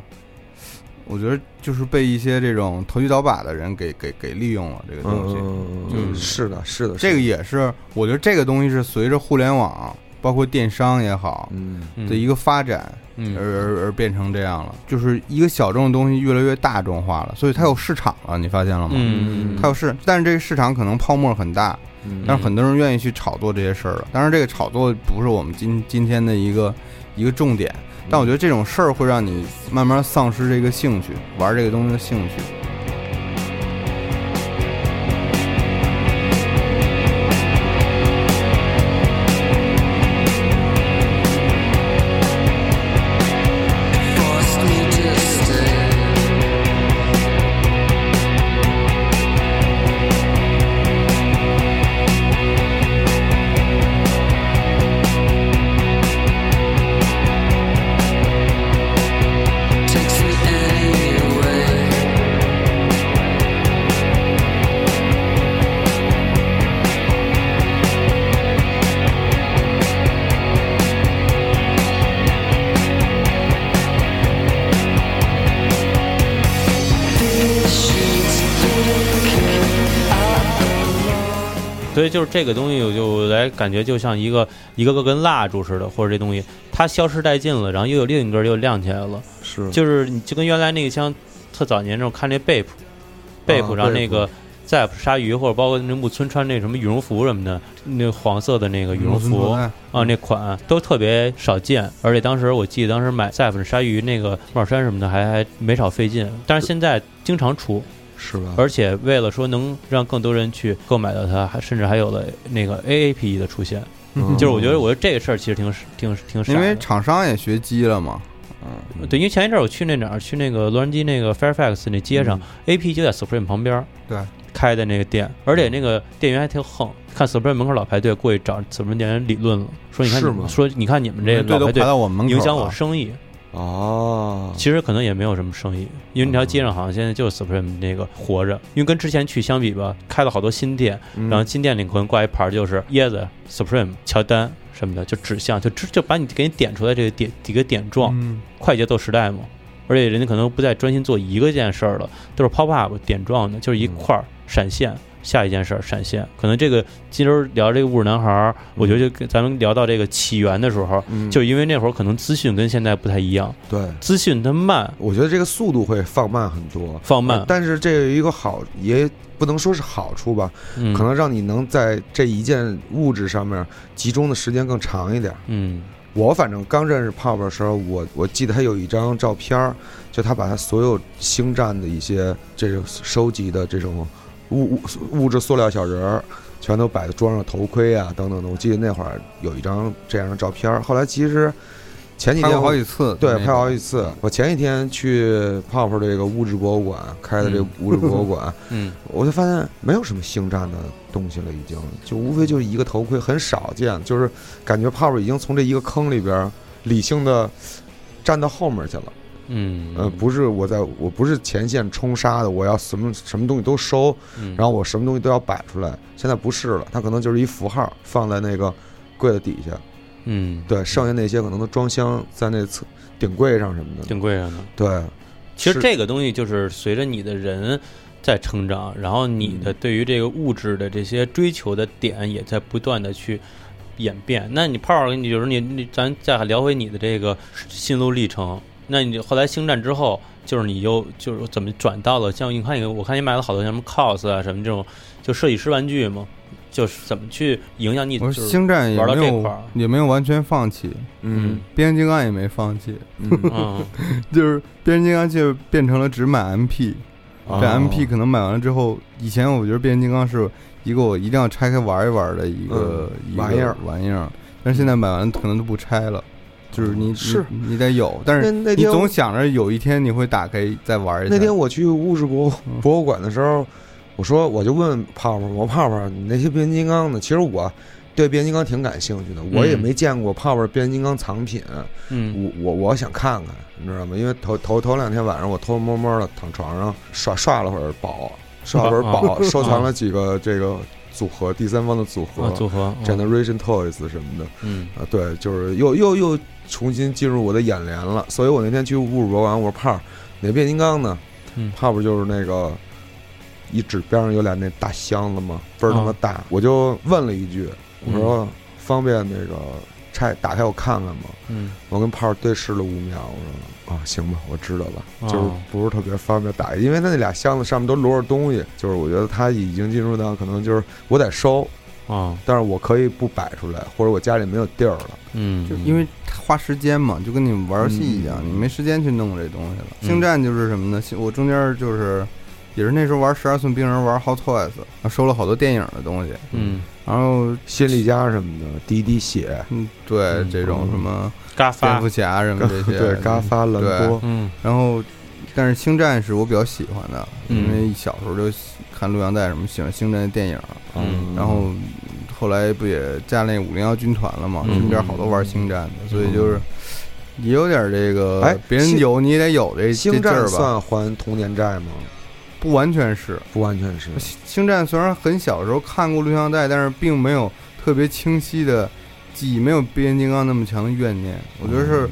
Speaker 3: 我觉得就是被一些这种投机倒把的人给给给利用了这个东西。
Speaker 2: 嗯，
Speaker 1: 嗯
Speaker 2: 是的，是的，
Speaker 3: 这
Speaker 2: 是
Speaker 3: 个
Speaker 2: 的
Speaker 3: 也是，我觉得这个东西是随着互联网，包括电商也好
Speaker 2: 嗯
Speaker 3: 的一
Speaker 1: 个
Speaker 3: 个发展，而
Speaker 1: 嗯
Speaker 3: 而而变成这样了，就是一个小众的东西越来越大众化了，所以它有市场了，你发现了吗？
Speaker 1: 嗯，
Speaker 3: 它有市，但是这个市场可能泡沫很大，
Speaker 2: 嗯
Speaker 3: 但是很多人愿意去炒作这些事儿了。当然，这个炒作不是我们今今天的一个一个重点，但我觉得这种事儿会让你慢慢丧失这个兴趣，玩这个东西的兴趣。
Speaker 4: Forced me to stay. Takes me anyway.
Speaker 1: 所以就是这个东西，我就来感觉就像一个一个个跟蜡烛似的，或者这东西它消失殆尽了，然后又有另一根又亮起来了，
Speaker 2: 是
Speaker 1: 就是你就跟原来那个像特早年那种看那贝普，贝普
Speaker 2: 啊
Speaker 1: 然后那
Speaker 2: 贝普
Speaker 1: 个。在鲨鱼，或者包括那木村穿那什么羽绒服什么的，那黄色的那个羽绒服，
Speaker 3: 哎
Speaker 1: 啊，那款都特别少见，而且当时我记得当时买 ZF 鲨鱼那个帽衫什么的还还没少费劲，但是现在经常出，
Speaker 3: 嗯
Speaker 2: 是吧？
Speaker 1: 而且为了说能让更多人去购买到它，还甚至还有了那个 AAPE E 的出现，*laughs*
Speaker 2: 嗯
Speaker 1: 就是我觉得我觉得这个事儿其实挺挺挺傻
Speaker 3: 因为
Speaker 1: 的。
Speaker 3: 厂商也学鸡了嘛，嗯，
Speaker 1: 对，因为前一阵儿我去那哪儿，去那个洛杉矶那个 Fairfax 那街上、a p E 就在 Supreme 旁边，
Speaker 3: 嗯对，
Speaker 1: 开的那个店，而且那个店员还挺横，看 Supreme 门口老排队，过去找 Supreme 店员理论了，说你看你
Speaker 2: 是吗
Speaker 1: 们说你看你们这个老
Speaker 3: 这队嗯都
Speaker 1: 排
Speaker 3: 排
Speaker 1: 队
Speaker 3: 到我们门口啊嗯
Speaker 1: 影响
Speaker 3: 了
Speaker 1: 我生意，
Speaker 2: 哦，
Speaker 1: 其实可能也没有什么生意，因为那条街上好像现在就是 Supreme 那个活着，因为跟之前去相比吧，开了好多新店，
Speaker 3: 嗯
Speaker 1: 然后新店里可能挂一牌儿就是椰子、Supreme、乔丹什么的，就指向就指就把你给你点出来这个点几个点状，
Speaker 3: 嗯
Speaker 1: 快节奏时代嘛，而且人家可能不再专心做一个件事儿了，都是 pop up 点状的，就是
Speaker 3: 嗯
Speaker 1: 一块儿闪现。下一件事儿闪现，可能这个今儿聊这个物质男孩儿，
Speaker 3: 嗯
Speaker 1: 我觉得就跟咱们聊到这个起源的时候，
Speaker 2: 嗯
Speaker 1: 就因为那会儿可能资讯跟现在不太一样，
Speaker 2: 对，
Speaker 1: 资讯它慢
Speaker 2: 我觉得这个速度会放慢很多。
Speaker 1: 放慢，
Speaker 2: 呃但是这有一个好，也不能说是好处吧，
Speaker 1: 嗯
Speaker 2: 可能让你能在这一件物质上面集中的时间更长一点。
Speaker 1: 嗯
Speaker 2: 我反正刚认识泡泡的时候，我我记得他有一张照片儿，就他把他所有星战的一些这种收集的这种物物物质塑料小人儿，全都摆在桌上，头盔啊等等的。我记得那会儿有一张这样的照片儿。后来其实前几
Speaker 3: 拍
Speaker 2: 天
Speaker 3: 过
Speaker 2: 我
Speaker 3: 好几次，
Speaker 2: 对
Speaker 3: 那
Speaker 2: 拍
Speaker 3: 种
Speaker 2: 过好几次。我前几天去泡泡这个物质博物馆开的这个物质博物馆，
Speaker 1: 嗯
Speaker 2: 我就发现没有什么星战的东西了，已经就无非就是一个头盔，很少见，就是感觉泡泡已经从这一个坑里边儿理性的站到后面去了。
Speaker 1: 嗯
Speaker 2: 呃，不是我在我不是前线冲杀的，我要什么什么东西都收，
Speaker 1: 嗯，
Speaker 2: 然后我什么东西都要摆出来。现在不是了，它可能就是一符号放在那个柜子底下，
Speaker 1: 嗯
Speaker 2: 对，剩下那些可能都装箱在那侧顶柜上什么的。
Speaker 1: 挺贵着呢。
Speaker 2: 对，
Speaker 1: 其实
Speaker 2: 是
Speaker 1: 这个东西就是随着你的人在成长，然后你的对于这个物质的这些追求的点也在不断的去演变。那你泡儿，你就是你你咱再聊回你的这个心路历程。那你后来星战之后，就是你又就是怎么转到了像你看你我看你买了好多像什么 cos 啊什么这种就设计师玩具嘛，就是怎么去影响你？
Speaker 3: 我
Speaker 1: 就
Speaker 3: 说
Speaker 1: 是
Speaker 3: 星战也
Speaker 1: 玩到
Speaker 3: 没
Speaker 1: 这块儿
Speaker 3: 有也没有完全放弃，
Speaker 1: 嗯
Speaker 3: 变形金刚也没放弃， *laughs*
Speaker 1: *laughs*
Speaker 2: 嗯，
Speaker 1: 嗯
Speaker 3: 就是变形金刚就变成了只买 MP，这
Speaker 2: 哦嗯啊
Speaker 3: MP 可能买完了之后，以前我觉得变形金刚是一个我一定要拆开玩一玩的一个
Speaker 2: 嗯
Speaker 3: 一个
Speaker 2: 玩意儿
Speaker 3: 玩意儿，但是现在买完可能都不拆了，就是你
Speaker 2: 是
Speaker 3: 你你得有，但
Speaker 2: 那
Speaker 3: 是
Speaker 2: 那
Speaker 3: 你
Speaker 2: 天
Speaker 3: 总想着有一天你会打开再玩一下。
Speaker 2: 那天我去乌什博
Speaker 3: 嗯
Speaker 2: 博物馆的时候，我说我就问泡泡，我说泡泡，你那些变形金刚呢？其实我对变形金刚挺感兴趣的，我也
Speaker 1: 嗯
Speaker 2: 没见过泡泡变形金刚藏品，
Speaker 1: 嗯
Speaker 2: 我我我想看看，你知道吗？因为头头头两天晚上我偷偷摸摸的躺床上刷刷了会儿宝，刷了会儿宝，收藏了几个这个组合，第三方的组
Speaker 1: 啊
Speaker 2: 合
Speaker 1: 组合嗯
Speaker 2: ，Generation Toys 什么的。
Speaker 1: 嗯
Speaker 2: 啊，对，就是又又又重新进入我的眼帘了。所以我那天去物质博物馆，我说胖儿哪变形金刚呢？
Speaker 1: 嗯
Speaker 2: 胖不就是那个一指边上有俩那大箱子吗？倍儿他妈
Speaker 1: 啊
Speaker 2: 大！我就问了一句，我
Speaker 1: 嗯
Speaker 2: 说、方便那个拆打开我看看吗？
Speaker 1: 嗯
Speaker 2: 我跟胖儿对视了五秒，我说啊，行吧，我知道了，就是
Speaker 1: 哦
Speaker 2: 不是特别方便打开，因为他那俩箱子上面都摞着东西，就是我觉得他已经进入到可能就是我得收，
Speaker 1: 啊
Speaker 2: 但是我可以不摆出来，或者我家里没有地儿了。
Speaker 1: 嗯，
Speaker 3: 就因为花时间嘛，就跟你玩游戏一样，
Speaker 2: 嗯
Speaker 3: 你没时间去弄这东西了。
Speaker 1: 嗯
Speaker 3: 星战就是什么呢？星我中间就是也是那时候玩十二寸冰人，玩 Hot Toys，然后收了好多电影的东西，
Speaker 1: 嗯
Speaker 3: 然后
Speaker 2: 心力家什么的，滴滴血，
Speaker 3: 嗯，对
Speaker 1: 嗯
Speaker 3: 这种什么
Speaker 1: 嘎
Speaker 3: 蝙
Speaker 1: 发
Speaker 3: 蝠侠什么这
Speaker 1: *laughs*
Speaker 3: 些，嗯
Speaker 2: 对，嘎发蓝波，
Speaker 1: 嗯
Speaker 3: 然后，但是星战是我比较喜欢的，
Speaker 1: 嗯
Speaker 3: 因为小时候就喜看录像带什么，喜欢星战的电影，
Speaker 1: 嗯
Speaker 3: 然后后来不也加那五零幺军团了嘛，
Speaker 1: 嗯
Speaker 3: 身边好多玩星战的，所以就是也有点这个，
Speaker 2: 嗯哎
Speaker 3: 别人
Speaker 2: 星
Speaker 3: 有你也得有这这
Speaker 2: 星
Speaker 3: 劲
Speaker 2: 战
Speaker 3: 儿吧，
Speaker 2: 算还童年债吗？
Speaker 3: 不完全是。
Speaker 2: 不完全是，
Speaker 3: 星星战虽然很小的时候看过录像带，但是并没有特别清晰的记忆，没有变形金
Speaker 2: 嗯
Speaker 3: 刚那么强的怨念，我觉得是。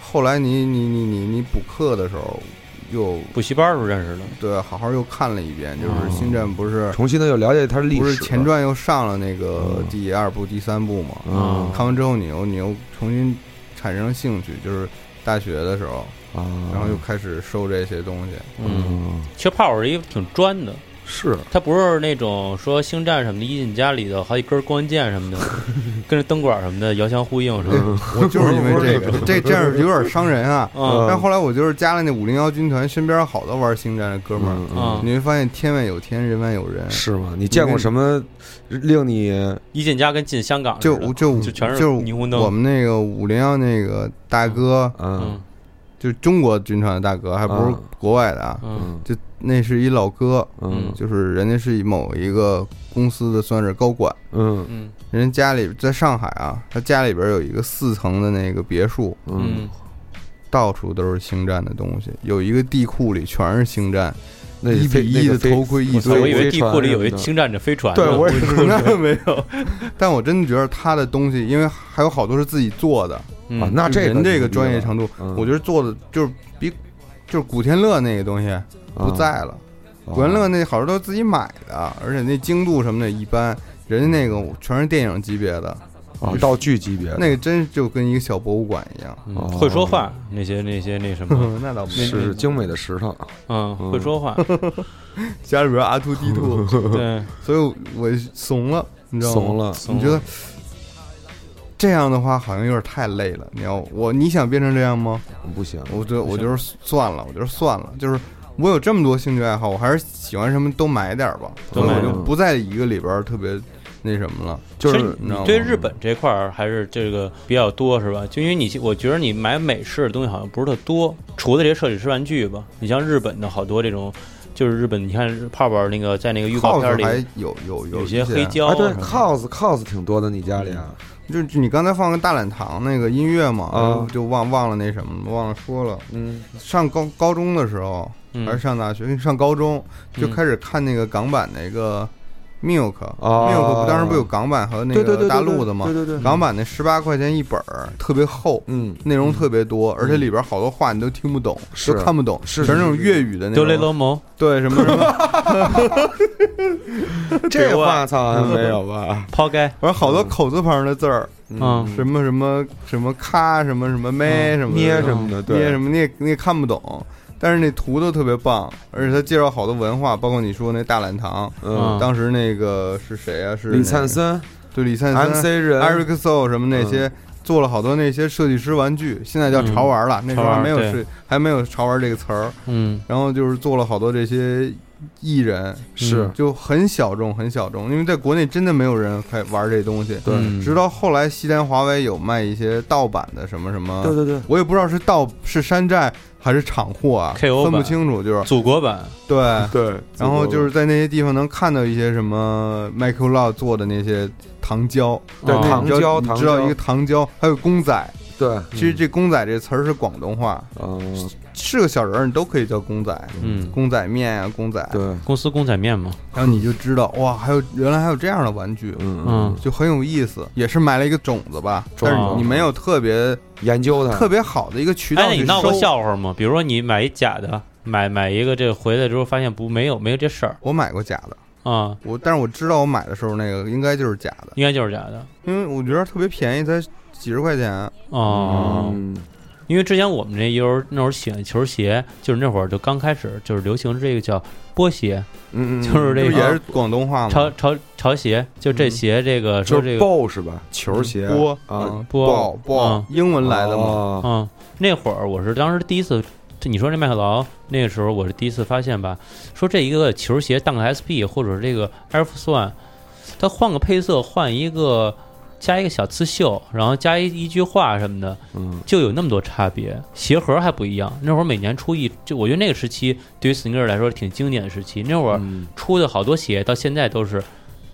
Speaker 3: 后来你你你你你补课的时候，又
Speaker 1: 补习班儿时候认识的，
Speaker 3: 对好好又看了一遍，就是
Speaker 1: 哦
Speaker 3: 《星战》不是
Speaker 2: 重新的又了解它的历史
Speaker 3: 不
Speaker 2: 了，
Speaker 3: 是前传又上了那个
Speaker 2: 嗯
Speaker 3: 第二部、第三部嘛？
Speaker 1: 嗯
Speaker 2: 啊
Speaker 3: 看完之后，你又你又重新产生兴趣，就是大学的时候，
Speaker 2: 啊，
Speaker 3: 嗯然后又开始收这些
Speaker 1: *laughs*
Speaker 3: 东西。
Speaker 1: 嗯，其实炮是一个挺专的，
Speaker 2: 是
Speaker 1: 它不是那种说星战什么的，一进家里头好几根光剑什么的， *laughs* 跟着灯管什么的遥相呼应什么的。
Speaker 3: 我就是因为这
Speaker 1: *laughs*
Speaker 2: *laughs*
Speaker 3: 个，这这样有点伤人啊。
Speaker 1: 嗯
Speaker 3: 但后来我就是加了那五零幺军团，身边好多玩星战的哥们儿，嗯
Speaker 1: 嗯
Speaker 3: 你会发现天外有天，人外有人。
Speaker 2: 是吗？你见过什么令你
Speaker 1: 一进家跟进香港
Speaker 3: 就
Speaker 1: 似的
Speaker 3: 就
Speaker 1: 就全是
Speaker 3: 就
Speaker 1: 霓虹灯
Speaker 3: 我们那个五零幺那个大哥，
Speaker 2: 嗯
Speaker 1: 嗯
Speaker 3: 就是中国军团的大哥，还不是
Speaker 2: 嗯
Speaker 3: 国外的啊。
Speaker 1: 嗯
Speaker 2: 嗯
Speaker 3: 就那是一老哥，
Speaker 2: 嗯
Speaker 3: 就是人家是某一个公司的算是高管，
Speaker 2: 嗯
Speaker 1: 嗯
Speaker 3: 人家家里在上海啊，他家里边有一个四层的那个别墅，
Speaker 2: 嗯，
Speaker 1: 嗯
Speaker 3: 到处都是星战的东西，有一个地库里全是
Speaker 2: *laughs*
Speaker 3: 星战， *laughs*
Speaker 2: 那
Speaker 3: 一比一的头盔一
Speaker 1: 我
Speaker 3: 堆，
Speaker 1: 以为地库里有一
Speaker 2: 星，
Speaker 1: 星战的飞船呢，
Speaker 2: 对我也是
Speaker 3: 那没有，但我真的觉得他的东西，因为还有好多是自己做的，
Speaker 2: 啊
Speaker 1: 嗯
Speaker 2: 那这个
Speaker 3: 人这个专业程度，
Speaker 2: 嗯
Speaker 3: 我觉得做的就是比就是古天乐那个东西不
Speaker 2: 啊
Speaker 3: 在了，
Speaker 2: 嗯
Speaker 3: 古
Speaker 2: 哦
Speaker 3: 天乐那好多都是自己买的，而且那精度什么的一般，人家那个全是电影级别的，
Speaker 2: 啊道具级别
Speaker 3: 那个真就跟一个小博物馆一样。
Speaker 1: 嗯
Speaker 2: 哦
Speaker 1: 会说话那些那些那什么，
Speaker 3: *laughs* 那倒不
Speaker 1: 那
Speaker 2: 嗯是精美的石头，
Speaker 1: 嗯，会说话，
Speaker 3: 家里边阿兔地
Speaker 2: *laughs*
Speaker 3: 兔，
Speaker 1: 对，
Speaker 3: 所以我怂了，你知道吗？
Speaker 2: 怂了，
Speaker 1: 怂
Speaker 3: 你觉得这样的话好像有点太累了。你要我你想变成这样吗？
Speaker 2: 不行，
Speaker 3: 我觉得我就是算了，我就是算了，就是我有这么多兴趣爱好，我还是喜欢什么都买点儿吧。
Speaker 1: 都
Speaker 3: 所以
Speaker 1: 买
Speaker 3: 我
Speaker 1: 点
Speaker 3: 就
Speaker 1: 儿
Speaker 3: 不在一个里边儿特别那什么了。
Speaker 2: 就
Speaker 1: 其
Speaker 2: 是
Speaker 1: 实
Speaker 3: 你知道吗
Speaker 1: 对日本这块儿还是这个比较多是吧？就因为你我觉得你买美式的东西好像不是特多，除了这些设计师玩具吧，你像日本的好多这种，就是日本你看泡泡那个在那个预告
Speaker 3: cos
Speaker 1: 片
Speaker 3: 还
Speaker 1: 里
Speaker 3: 有有有
Speaker 1: 有
Speaker 3: 一
Speaker 1: 些黑胶
Speaker 2: 啊，对
Speaker 1: 什么的
Speaker 2: ，cos cos 挺多的，你家里啊，
Speaker 3: 就就你刚才放个大懒堂那个音乐嘛，
Speaker 2: 啊
Speaker 3: 然后就忘忘了那什么，忘了说了。
Speaker 2: 嗯，
Speaker 3: 上高高中的时候，
Speaker 1: 嗯
Speaker 3: 还是上大学，上高中就
Speaker 1: 嗯
Speaker 3: 开始看那个港版那个 Milk，Milk、
Speaker 2: 哦
Speaker 3: Milk 不当时不有港版和那
Speaker 2: 对对
Speaker 3: 个
Speaker 2: 对，
Speaker 3: 大陆的吗
Speaker 2: 对？对对，
Speaker 3: 港版那十八块钱一本儿，特别厚，
Speaker 2: 嗯，
Speaker 3: 内容特别多，而且里边好多话你都听不懂，
Speaker 2: 是
Speaker 3: 都看不懂，
Speaker 2: 是
Speaker 3: 全是那种
Speaker 2: 是
Speaker 3: 粤语的那
Speaker 1: 丢雷
Speaker 3: 种，
Speaker 1: 罗蒙，
Speaker 3: 对什么什么，
Speaker 2: *laughs* 这话操还没有吧？
Speaker 1: 抛开，
Speaker 3: 反正好多口字旁的字儿，
Speaker 1: *laughs* 嗯
Speaker 3: 什么什么什么咔，什么什么咩，什么
Speaker 2: 嗯捏
Speaker 3: 的
Speaker 2: 什么的，对，
Speaker 3: 捏什么，你也你也看不懂，但是那图都特别棒，而且他介绍好多文化，包括你说那大懒堂，
Speaker 2: 嗯，
Speaker 3: 当时那个是谁啊？是
Speaker 2: 李
Speaker 3: 那个
Speaker 2: 灿，森嗯
Speaker 3: 对李灿
Speaker 2: ，MC
Speaker 3: 森、
Speaker 2: 人，
Speaker 3: Eric So 什么那些。做了好多那些设计师玩具，现在叫
Speaker 2: 嗯
Speaker 3: 潮玩了，那时候还没有
Speaker 1: 潮玩
Speaker 3: 是还没有潮玩这个词儿。
Speaker 1: 嗯
Speaker 3: 然后就是做了好多这些艺人，
Speaker 2: 是
Speaker 3: 就很小众，很小众，因为在国内真的没有人开玩这东西。
Speaker 2: 对
Speaker 1: 嗯
Speaker 3: 直到后来西单华为有卖一些盗版的什么什么，
Speaker 2: 对对对，
Speaker 3: 我也不知道是盗是山寨还是厂货啊
Speaker 1: KO
Speaker 3: 分不
Speaker 1: 版
Speaker 3: 清楚，就是
Speaker 1: 祖国版，
Speaker 3: 对。
Speaker 2: 对，
Speaker 3: 然后就是在那些地方能看到一些什么 Michael Law 做的那些糖胶，
Speaker 2: 对
Speaker 1: 哦
Speaker 2: 糖胶，嗯
Speaker 3: 你
Speaker 2: 糖
Speaker 3: 知道
Speaker 2: 胶
Speaker 3: 一个，糖胶，还有公仔。
Speaker 2: 对，
Speaker 3: 其实这公仔这词儿是广东话，
Speaker 2: 嗯，
Speaker 3: 是个小人儿，你都可以叫公仔，
Speaker 1: 嗯，
Speaker 3: 公仔面啊，公仔。
Speaker 2: 对，
Speaker 1: 公司公仔面嘛，
Speaker 3: 然后你就知道哇，还有原来还有这样的玩具，
Speaker 2: 嗯
Speaker 1: 嗯，
Speaker 3: 就很有意思，也是埋了一个种子吧。
Speaker 2: 种嗯
Speaker 3: 但
Speaker 1: 子
Speaker 3: 是你没有特别
Speaker 2: 研究它，
Speaker 3: 特别好的一个渠道
Speaker 1: 哎，你
Speaker 3: 去
Speaker 1: 闹
Speaker 3: 收
Speaker 1: 过。笑话吗？比如说你买一假的，买买一个这个回来之后发现不没有没有这事儿
Speaker 3: 我买过假的，
Speaker 1: 啊，
Speaker 3: 我但是我知道我买的时候那个应该就是假的，
Speaker 1: 应该就是假的
Speaker 3: 因为我觉得特别便宜，才几十块钱。
Speaker 1: 哦。
Speaker 2: 嗯
Speaker 1: 因为之前我们那一时候那会儿喜欢球鞋，就是那会儿就刚开始就是流行这个叫波鞋、
Speaker 2: 嗯，嗯
Speaker 1: 就是这个
Speaker 3: 就也是广东话
Speaker 1: 潮
Speaker 3: 嘛，
Speaker 1: 潮潮鞋，就这鞋这个、
Speaker 2: 就
Speaker 1: 说这
Speaker 2: 是
Speaker 1: 个嗯
Speaker 2: ball 是吧？球鞋
Speaker 3: 波
Speaker 2: 啊，哦
Speaker 1: 波
Speaker 3: 波波，英文来的嘛。
Speaker 2: 嘛，
Speaker 1: 嗯，那会儿我是当时第一次，这你说这麦克劳那个时候我是第一次发现吧，说这一个球鞋当个 SB 或者是这个 Air Force One，它换个配色，换一个加一个小刺绣，然后加一一句话什么的，
Speaker 2: 嗯，
Speaker 1: 就有那么多差别。鞋盒还不一样，那会儿每年出一，就我觉得那个时期对于 sneaker 来说挺经典的时期。那会儿
Speaker 2: 嗯
Speaker 1: 出的好多鞋到现在都是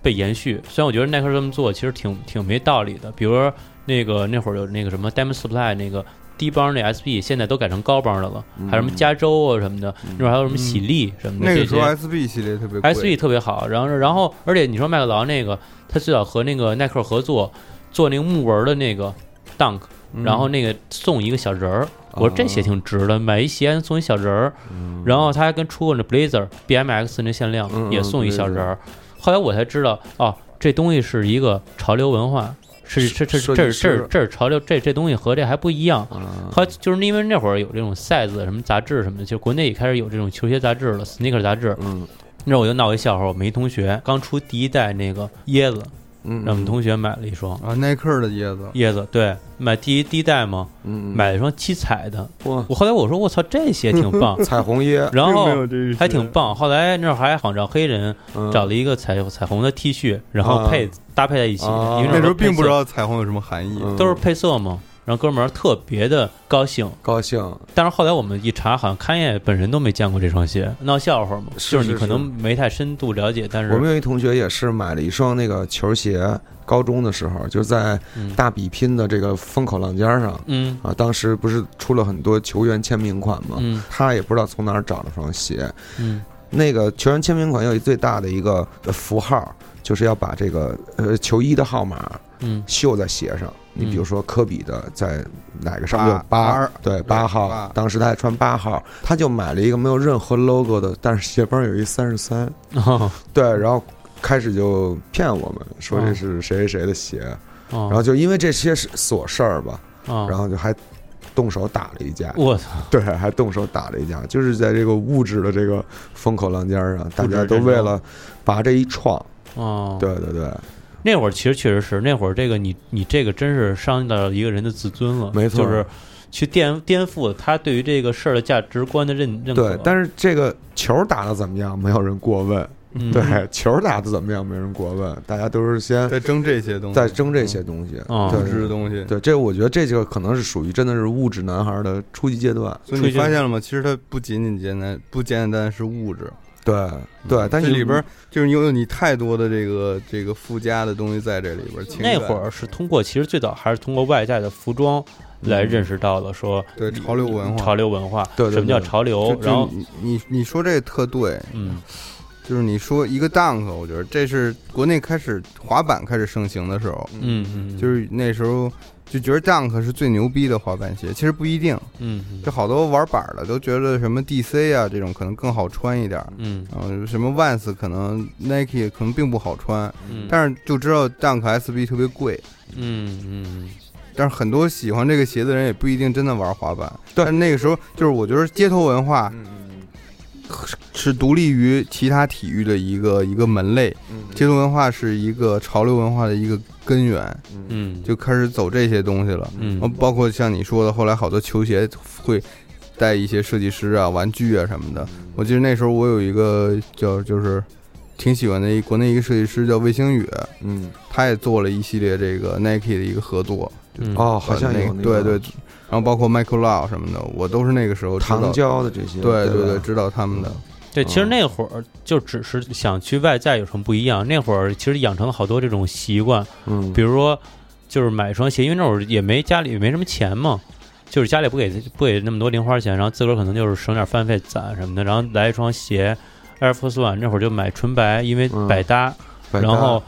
Speaker 1: 被延续，虽然我觉得耐克这么做其实挺挺没道理的。比如说那个那会儿有那个什么 Diamond Supply 那个低帮那 SB，现在都改成高帮的了，还有什么加州啊什么的，那会儿还有什么喜力什么的
Speaker 3: 那
Speaker 1: 这
Speaker 3: 个时候
Speaker 1: 些。
Speaker 3: SB 系列特别贵
Speaker 1: SB 特别好，然后然后而且你说麦克劳那个，他最早和那个耐克合作做那个木纹的那个 Dunk，
Speaker 3: 嗯
Speaker 1: 然后那个送一个小人儿，我说这
Speaker 2: 哦
Speaker 1: 鞋挺值的，买一鞋送一小人
Speaker 2: 嗯
Speaker 1: 儿，然后他还跟出过那 Blazer BMX 那限量
Speaker 2: 嗯嗯
Speaker 1: 也送一小人儿。后来我才知道，哦，这东西是一个潮流文化，是这这
Speaker 2: 设
Speaker 1: 这
Speaker 2: 计
Speaker 1: 这
Speaker 2: 师
Speaker 1: 这这是潮流，这这东西和这还不一样。
Speaker 2: 啊，
Speaker 1: 后来就是因为那会儿有这种 size 什么杂志什么的，就国内也开始有这种球鞋杂志了，sneaker 杂志。
Speaker 2: 嗯
Speaker 1: 那我就闹一笑话，我们一同学刚出第一代那个椰子，
Speaker 2: 嗯，
Speaker 1: 让我们同学买了一双
Speaker 3: 啊，耐克的椰子，
Speaker 1: 椰子，对，买第一第一代嘛，
Speaker 2: 嗯
Speaker 1: 买了一双七彩的。
Speaker 2: 哇
Speaker 1: 我后来我说我操，这鞋挺
Speaker 2: *laughs*
Speaker 1: 棒，
Speaker 2: 彩虹椰，
Speaker 1: 然
Speaker 3: 并没
Speaker 1: 后
Speaker 3: 有这一
Speaker 1: 还
Speaker 3: 些
Speaker 1: 挺棒。后来那会儿还仿照黑人
Speaker 2: 嗯
Speaker 1: 找了一个彩彩虹的 T 恤，然后
Speaker 2: 啊
Speaker 1: 配搭配在一起，
Speaker 2: 啊
Speaker 1: 因为
Speaker 3: 那时候
Speaker 1: 配色
Speaker 3: 并不知道彩虹有什么含义，
Speaker 2: 嗯
Speaker 1: 都是配色嘛。然后哥们儿特别的高兴，
Speaker 2: 高兴，
Speaker 1: 但是后来我们一查，好像勘爷本人都没见过这双鞋，闹笑话嘛。
Speaker 2: 是
Speaker 1: 就是你可能
Speaker 2: 是
Speaker 1: 没太深度了解，但是
Speaker 2: 我们有一同学也是买了一双那个球鞋，高中的时候就在
Speaker 1: 嗯
Speaker 2: 大比拼的这个风口浪尖上
Speaker 1: 嗯
Speaker 2: 啊，当时不是出了很多球员签名款吗？
Speaker 1: 嗯
Speaker 2: 他也不知道从哪儿找了双鞋，
Speaker 1: 嗯
Speaker 2: 那个球员签名款有一最大的一个呃符号，就是要把这个呃球衣的号码
Speaker 1: 嗯
Speaker 2: 绣在鞋上。你比如说科比的在哪个上
Speaker 3: 八
Speaker 2: 面
Speaker 1: 哎
Speaker 3: 八
Speaker 2: 八
Speaker 3: 二
Speaker 2: 对八
Speaker 3: 八
Speaker 2: 号，当时他还穿八号，他就买了一个没有任何 logo 的，但是鞋帮有一三十三，
Speaker 1: 哦
Speaker 2: 对， *laughs* 然后开始就骗我们说这
Speaker 1: 哦
Speaker 2: 是谁谁谁的鞋，然
Speaker 1: 哦
Speaker 2: 后就因为这些事琐事儿吧，然
Speaker 1: 哦，
Speaker 2: 后就还动手打了一架，
Speaker 1: 我操，
Speaker 2: *laughs* 对，还动手打了一架，就是在这个物质的这个风口浪尖儿上，大
Speaker 1: 质
Speaker 2: 家都
Speaker 1: 战
Speaker 2: 为
Speaker 1: 争
Speaker 2: 了拔这一创，
Speaker 1: 哦，
Speaker 2: 对对对，
Speaker 1: 那会儿其实确实是，那会儿这个你你这个真是伤到一个人的自尊了，
Speaker 2: 没错
Speaker 1: 就是去颠颠覆他对于这个事儿的价值观的认认可。
Speaker 2: 对，但是这个球打得怎么样，没有人过问，
Speaker 1: 嗯
Speaker 2: 对，球打得怎么样，没人过问，大家都是先
Speaker 3: 在争这些东西，
Speaker 2: 在争这些东西，
Speaker 1: 哦
Speaker 2: 对
Speaker 3: 物质的东西。
Speaker 2: 对，这我觉得这个可能是属于真的是物质男孩的初级阶段，
Speaker 3: 所以你
Speaker 1: 推荐
Speaker 3: 发现了吗？其实它不仅仅简单，不简单是物质，
Speaker 2: 对对，但是
Speaker 3: 嗯这里边就是你有你太多的这个这个附加的东西在这里边。情感
Speaker 1: 那会儿是通过，其实最早还是通过外在的服装来认识到了说
Speaker 3: 对潮流文化，
Speaker 1: 潮流文化，
Speaker 2: 嗯对对对
Speaker 1: 什么叫潮流
Speaker 3: 就，就
Speaker 1: 然后
Speaker 3: 你你你说这个特对，
Speaker 1: 嗯
Speaker 3: 就是你说一个 dunk，我觉得这是国内开始滑板开始盛行的时候，
Speaker 1: 嗯嗯，
Speaker 3: 就是是那时候就觉得 dunk 是最牛逼的滑板鞋，其实不一定，
Speaker 1: 嗯嗯
Speaker 3: 这好多玩板儿的都觉得什么 DC 啊这种可能更好穿一点儿，
Speaker 1: 嗯
Speaker 3: 然后什么 Vans 可能 Nike 可能并不好穿，
Speaker 1: 嗯，
Speaker 3: 但是就知道 Dunk SB 特别贵，
Speaker 1: 嗯嗯
Speaker 3: 但是很多喜欢这个鞋的人也不一定真的玩滑板。
Speaker 2: 对
Speaker 3: 但是那个时候就是我觉得街头文化是独立于其他体育的一个一个门类，
Speaker 2: 嗯
Speaker 3: 街头文化是一个潮流文化的一个根源，
Speaker 1: 嗯
Speaker 3: 就开始走这些东西了。
Speaker 1: 嗯
Speaker 3: 然后
Speaker 2: 哦
Speaker 3: 包括像你说的，后来好多球鞋会带一些设计师啊、玩具啊什么的。
Speaker 1: 嗯
Speaker 3: 我记得那时候我有一个叫就是挺喜欢的一国内一个设计师叫魏星宇，
Speaker 2: 嗯
Speaker 3: 他也做了一系列这个 Nike 的一个合作，
Speaker 1: 嗯
Speaker 2: 哦，好像有
Speaker 3: 那
Speaker 2: 那
Speaker 3: 对
Speaker 2: 个
Speaker 3: 对，然后包括 Michael Lau 什么的，我都是那个时候知道
Speaker 2: 糖胶的这些，
Speaker 3: 对
Speaker 2: 对
Speaker 3: 对对，
Speaker 2: 吧，
Speaker 3: 知道他们的。
Speaker 1: 对，
Speaker 2: 哦
Speaker 1: 其实那会儿就只是想去外在有什么不一样，那会儿其实养成了好多这种习惯，
Speaker 2: 嗯，
Speaker 1: 比如说就是买一双鞋，因为那会儿也没家里也没什么钱嘛，就是家里不给不给那么多零花钱，然后自个儿可能就是省点饭费攒什么的，然后来一双鞋 Air Force One，那会儿就买纯白，因为
Speaker 2: 嗯
Speaker 1: 百搭，
Speaker 2: 百搭
Speaker 1: 然后。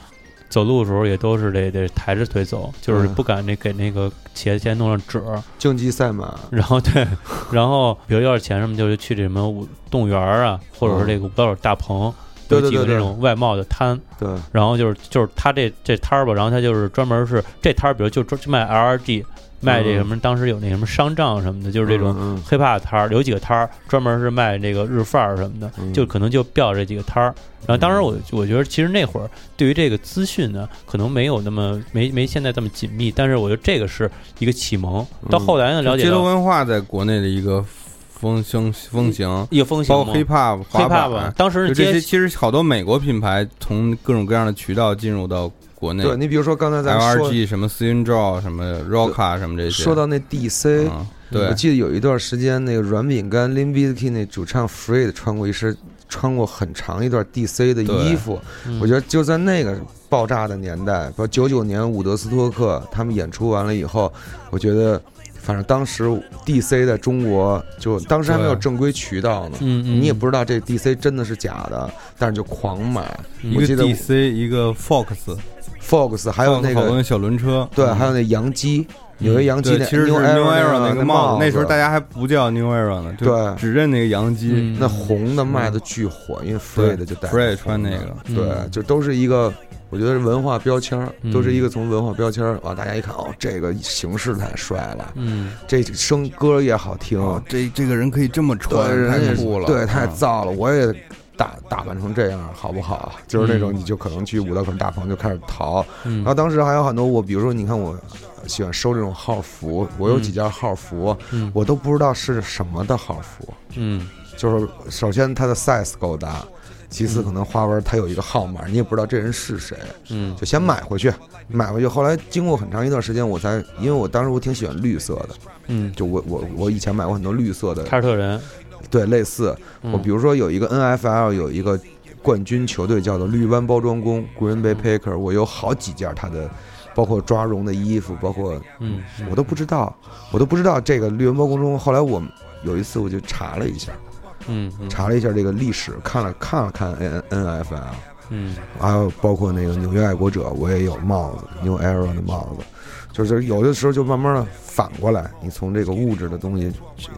Speaker 1: 走路的时候也都是得得抬着腿走，就是
Speaker 2: 嗯
Speaker 1: 不敢那给那个鞋先弄上褶儿，
Speaker 2: 竞技赛马，
Speaker 1: 然后
Speaker 2: *laughs*
Speaker 1: 对，然后比如要是钱什么，就是去这什么舞动物园儿啊，或者是这个舞蹈有大棚，
Speaker 2: 嗯对
Speaker 1: 有
Speaker 2: 对
Speaker 1: 几
Speaker 2: 对
Speaker 1: 个
Speaker 2: 对
Speaker 1: 这种外贸的摊，
Speaker 2: 对，
Speaker 1: 然后就是就是他这这摊儿吧，然后他就是专门是这摊儿，比如就专就卖 LRG，卖这什么，当时有那什么商账什么的，就是这种
Speaker 2: 嗯，
Speaker 1: 黑怕摊儿，有几个摊儿专门是卖这个日范儿什么的，
Speaker 2: 嗯
Speaker 1: 就可能就标这几个摊儿。然后当时我我觉得其实那会儿对于这个资讯呢，可能没有那么没没现在这么紧密，但是我觉得这个是一个启蒙。到后来呢，了解
Speaker 3: 街头
Speaker 1: 到
Speaker 3: 文化在国内的一个风行风行，
Speaker 1: 一个嗯风行
Speaker 3: 包
Speaker 1: 嘛，
Speaker 3: 括 hip hop、
Speaker 1: 黑
Speaker 3: 滑
Speaker 1: 怕
Speaker 3: 板啊
Speaker 1: 吧，，啊当时
Speaker 3: 就这
Speaker 1: 街
Speaker 3: 些。其实好多美国品牌从各种各样的渠道进入到国内
Speaker 2: 对你比如说刚才咱说
Speaker 3: ，LRG 什么 c i n d r a w 什么 Rocka 什么这些。
Speaker 2: 说到那 DC，
Speaker 3: 嗯，
Speaker 2: 我
Speaker 3: 对，
Speaker 2: 记得有一段时间那个软饼干 Lim b i z k i 那主唱 Fred 穿过一身。穿过很长一段 DC 的衣服，
Speaker 1: 嗯
Speaker 2: 我觉得就在那个爆炸的年代，比如九九年伍德斯托克他们演出完了以后，我觉得，反正当时 DC 在中国就当时还没有
Speaker 3: 对
Speaker 2: 正规渠道呢，
Speaker 1: 嗯嗯，
Speaker 2: 你也不知道这 DC 真的是假的，但是就狂买。
Speaker 1: 嗯
Speaker 3: 一
Speaker 2: 我
Speaker 3: 个
Speaker 2: 记得
Speaker 3: DC，一个 Fox，
Speaker 2: Fox 还有那
Speaker 3: 好多
Speaker 2: 个
Speaker 3: 那小轮车，嗯
Speaker 2: 对，还有那洋基，有一洋基
Speaker 3: 对，
Speaker 2: 那
Speaker 3: 其实是
Speaker 2: New Era
Speaker 3: 那个帽
Speaker 2: 帽
Speaker 3: 子，那时候大家还不叫 New Era 呢，就
Speaker 2: 对
Speaker 3: 只认那个洋基
Speaker 1: 嗯
Speaker 2: 那红的卖的巨火，因为 Free 的就带
Speaker 3: Free 穿那
Speaker 2: 红的
Speaker 3: 个，
Speaker 2: 对，
Speaker 1: 嗯
Speaker 2: 就都是一个，我觉得是文化标签儿，
Speaker 1: 嗯
Speaker 2: 都是一个从文化标签儿啊，大家一看哦，这个形式太帅了，
Speaker 1: 嗯
Speaker 2: 这声歌也好听，
Speaker 3: 哦，这这个人可以这么
Speaker 2: 对，
Speaker 3: 穿，
Speaker 2: 人家
Speaker 3: 太酷了，
Speaker 2: 对，太
Speaker 3: 嗯
Speaker 2: 燥了，我也。打打扮成这样好不好？就是那种
Speaker 1: 嗯
Speaker 2: 你就可能去五道口大棚就开始淘，
Speaker 1: 嗯
Speaker 2: 然后当时还有很多我，比如说你看我喜欢收这种号服，我有
Speaker 1: 嗯
Speaker 2: 几件号服，
Speaker 1: 嗯
Speaker 2: 我都不知道是什么的号服，
Speaker 1: 嗯
Speaker 2: 就是首先它的 size 够大，其
Speaker 1: 嗯
Speaker 2: 次可能花纹它有一个号码，你也不知道这人是谁，
Speaker 1: 嗯
Speaker 2: 就先买回去，买回去。后来经过很长一段时间，我才因为我当时我挺喜欢绿色的，
Speaker 1: 嗯，
Speaker 2: 就我我我以前买过很多绿色的，
Speaker 1: 凯尔特人，
Speaker 2: 对，类似我比
Speaker 1: 如
Speaker 2: 如说有一个 NFL 有一个冠军球队叫做绿湾包装工 Green Bay Packer，我有好几件它的。包括抓绒的衣服，包括
Speaker 1: 嗯
Speaker 2: 我都不知道，我都不知道这个绿湾包装工。后来我有一次我就查了一下，
Speaker 1: 嗯嗯
Speaker 2: 查了一下这个历史，看了看了看 N N F L，
Speaker 1: 嗯
Speaker 2: 还有包括那个纽约爱国者，我也有帽子，New Era 的帽子，就是有的时候就慢慢的反过来，你从这个物质的东西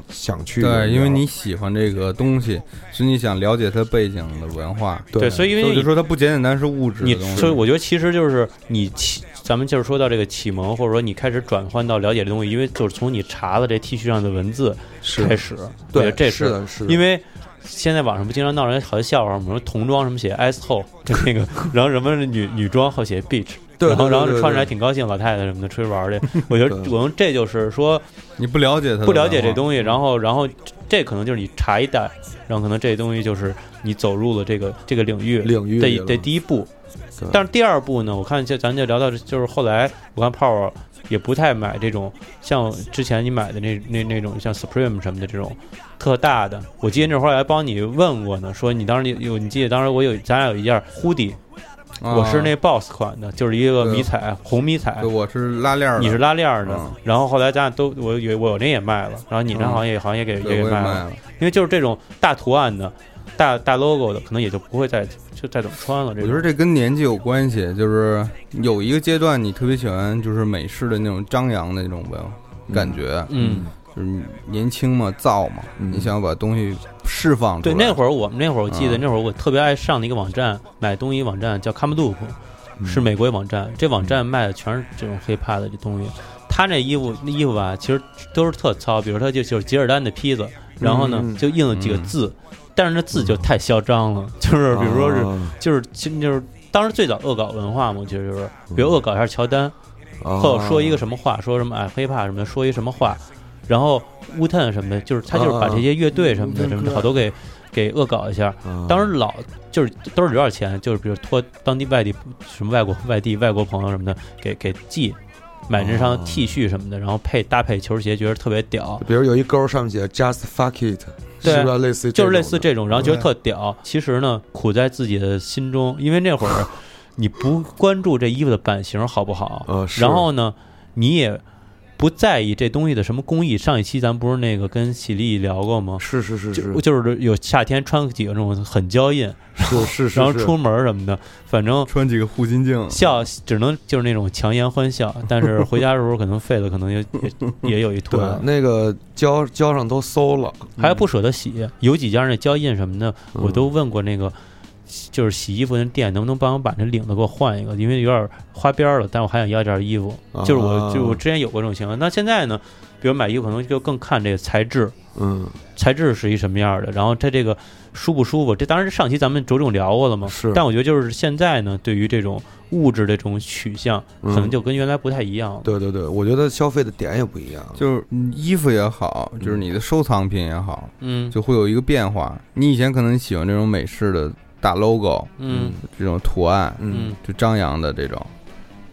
Speaker 2: 想去
Speaker 3: 对，因为你喜欢这个东西，所以你想了解它背景的文化，
Speaker 2: 对
Speaker 1: 所以因
Speaker 3: 所以我
Speaker 1: 为
Speaker 3: 就
Speaker 1: 你
Speaker 3: 说它不简简单是物质
Speaker 1: 你
Speaker 3: 的东西，
Speaker 1: 所以我觉得其实就是你启，咱们就是说到这个启蒙，或者说你开始转换到了解这东西，因为就是从你查的这 T 恤上的文字
Speaker 2: 是
Speaker 1: 开始，我觉
Speaker 2: 对
Speaker 1: 得这
Speaker 2: 是的是的，
Speaker 1: 因
Speaker 2: 为
Speaker 1: 为现在网上不经常闹人好多笑话吗？说童装什么写 asshole，就 *laughs* 那
Speaker 3: *laughs*
Speaker 1: 个，然后什么女女装好写 bitch，
Speaker 2: 对
Speaker 1: 然后
Speaker 2: 对
Speaker 1: 然后
Speaker 2: 对对
Speaker 1: 穿着还挺高兴，老太太什么的出去玩
Speaker 3: *laughs*
Speaker 1: 儿去。我觉得
Speaker 2: 对
Speaker 1: 我能这就是说
Speaker 3: 你不了
Speaker 2: 嗯
Speaker 3: 解它，
Speaker 1: 不了解这东西，然后然后这可能就是你查一代，然后可能这东西就是你走入了这个这个领域
Speaker 2: 领域
Speaker 1: 这
Speaker 2: 里了
Speaker 1: 这第一步
Speaker 2: 对。
Speaker 1: 但是第二步呢，我看就咱就聊到这就是后来我看 Power 也不太买这种像之前你买的那那那种像 Supreme 什么的这种特大的。我记得那会儿还帮你问过呢，说你当时有有你记得当时我有咱俩有一件 hoodie，、
Speaker 3: 西
Speaker 2: 啊
Speaker 1: 我是那 Boss 款的，就是一个迷彩红迷彩
Speaker 3: 啊对，，我是拉链儿的，
Speaker 1: 你是拉链儿的，
Speaker 3: 嗯
Speaker 1: 然后后来咱俩都我有我有那也卖了，然后你那
Speaker 3: 嗯
Speaker 1: 好像也、好像也给也
Speaker 3: 对，
Speaker 1: 给
Speaker 3: 我也
Speaker 1: 卖
Speaker 3: 了，
Speaker 1: 因为就是这种大图案的、大大 logo 的，可能也就不会再就再怎么穿了。这
Speaker 3: 我
Speaker 1: 种
Speaker 3: 觉得这跟年纪有关系，就是有一个阶段你特别喜欢就是美式的那种张扬的那种文化感觉，
Speaker 1: 嗯，
Speaker 3: 就是你年轻嘛，造嘛，
Speaker 2: 嗯
Speaker 3: 你想把东西释放出
Speaker 1: 对，
Speaker 3: 来。
Speaker 1: 那会儿我们那会儿我记得
Speaker 3: 嗯
Speaker 1: 那会儿我特别爱上的一个网站，买东西网站叫 Comloop，是
Speaker 3: 嗯
Speaker 1: 美国一网站，这网站卖的全是这种 hiphop 的这东西。他那衣服那衣服吧，其实都是特糙，比如他就就是吉尔丹的坯子，然后呢
Speaker 2: 嗯嗯
Speaker 1: 就印了几个
Speaker 3: 嗯
Speaker 1: 字，但是那字就太嚣张了，就是比如说是
Speaker 2: 啊
Speaker 1: 就是就就是当时最早恶搞文化嘛，我觉得就是比如恶搞一下乔丹，
Speaker 2: 啊嗯
Speaker 1: 或者说一个什么话，说什么哎 hiphop 什么的，说一什么话，然后乌探什么的，就是他就是把这些乐队什么的
Speaker 3: 嗯
Speaker 1: 什么的好多给给恶搞一下。
Speaker 2: 啊
Speaker 1: 当时老就是兜里有点钱，就是比如托当地外地什么外国外地外国朋友什么的给给寄，买那
Speaker 2: 哦
Speaker 1: 双 T 恤什么的，然后配搭配球鞋，觉得特别屌，
Speaker 2: 比如有一勾上面写 Just Fuck It，
Speaker 1: 对
Speaker 2: 是不是类似于
Speaker 1: 就是
Speaker 2: 种
Speaker 1: 类似
Speaker 2: 的
Speaker 1: 这种，然后觉得特屌。其实呢，苦在自己的心中，因为那会
Speaker 2: *laughs*
Speaker 1: 儿你不关注这衣服的版型好不好，
Speaker 2: 呃，是
Speaker 1: 然后呢，你也不在意这东西的什么工艺。上一期咱不是那个跟喜力聊过吗？
Speaker 2: 是是是是
Speaker 1: 就就是有夏天穿几个那种很娇艳，
Speaker 2: 是是是，
Speaker 1: 然后
Speaker 2: 是
Speaker 1: 出门什么的，反正
Speaker 3: 穿几个护心镜，
Speaker 1: 笑只能就是那种强颜欢笑，但是回家的时候可能废了，可能也也也有一
Speaker 2: *laughs* 对
Speaker 1: 坨，
Speaker 2: 那个胶胶上都馊了，
Speaker 1: 还不舍得洗。有几家那胶印什么的，我都问过那个。就是洗衣服那店能不能帮我把那领子给我换一个，因为有点花边儿了，但我还想要件衣服。
Speaker 2: 啊
Speaker 1: 就是我，就我之前有过这种情况。那现在呢，比如买衣服可能就更看这个材质，
Speaker 2: 嗯
Speaker 1: 材质是一什么样的，然后它这个舒不舒服。这当然是上期咱们着重聊过了嘛。
Speaker 2: 是
Speaker 1: 但我觉得就是现在呢，对于这种物质的这种取向，
Speaker 2: 嗯
Speaker 1: 可能就跟原来不太一样了。
Speaker 2: 对对对，我觉得消费的点也不一样，
Speaker 3: 嗯就是衣服也好，就是
Speaker 2: 嗯
Speaker 3: 你的收藏品也好，
Speaker 1: 嗯
Speaker 3: 就会有一个变化。你以前可能喜欢这种美式的大 logo，
Speaker 1: 嗯
Speaker 3: 这种图案，
Speaker 1: 嗯
Speaker 3: 就张扬的这种。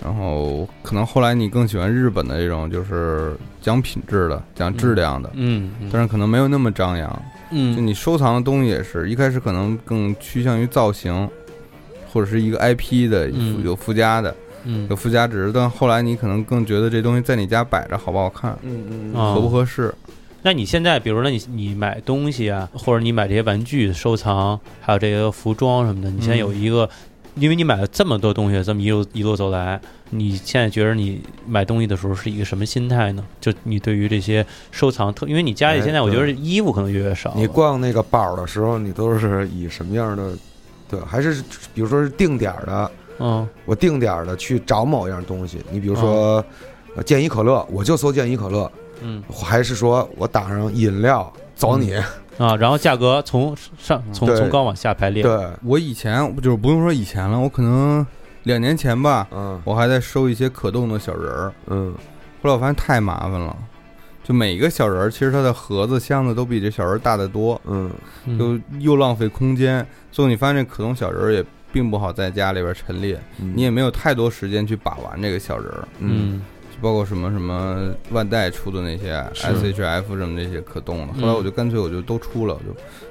Speaker 3: 然后可能后来你更喜欢日本的这种，就是讲品质的、讲质量的，
Speaker 1: 嗯嗯
Speaker 3: 但是可能没有那么张扬。就
Speaker 1: 嗯
Speaker 3: 你收藏的东西也是一开始可能更趋向于造型，或者是一个 IP 的
Speaker 1: 嗯
Speaker 3: 有附加的、有
Speaker 1: 嗯
Speaker 3: 附加值，但后来你可能更觉得这东西在你家摆着好不好看，
Speaker 2: 嗯
Speaker 1: 啊
Speaker 3: 合不合适。
Speaker 1: 那你现在，比如说你你买
Speaker 2: 嗯
Speaker 1: 东西啊，或者你买这些玩具收藏，还有这些服装什么的，你现在有一个因为你买了这么多东西，这么一路一路走来，你现在觉得你买东西的时候是一个什么心态呢？就你对于这些收藏特，因为你家里
Speaker 2: 哎
Speaker 1: 现在我觉得
Speaker 2: 对
Speaker 1: 衣服可能越来越少了，
Speaker 2: 你逛那个宝的时候，你都是以什么样的？对，还是比如说是定点儿的，
Speaker 1: 嗯
Speaker 2: 我定点儿的去找某样东西。你比如说，
Speaker 3: 啊
Speaker 2: 呃健怡可乐，我就搜健怡可乐，
Speaker 1: 嗯
Speaker 2: 还是说我打上饮料找你？
Speaker 3: 嗯
Speaker 1: 啊，然后价格从上从
Speaker 2: 对
Speaker 1: 从高往下排列，
Speaker 2: 对，
Speaker 3: 我以前就是不用说以前了，我可能两年前吧，
Speaker 2: 嗯
Speaker 3: 我还在收一些可动的小人儿，
Speaker 2: 嗯，
Speaker 3: 后来我发现太麻烦了，就每个小人儿其实它的盒子箱子都比这小人儿大得多，
Speaker 2: 嗯，
Speaker 1: 嗯
Speaker 3: 就又浪费空间，最后你发现这可动小人儿也并不好在家里边陈列，你也没有太多时间去把玩这个小人儿，
Speaker 2: 嗯
Speaker 1: 嗯
Speaker 3: 就包括什么什么万代出的那些
Speaker 2: 是
Speaker 3: SHF 什么那些可动的，
Speaker 1: 嗯
Speaker 3: 后来我就干脆我就都出了，我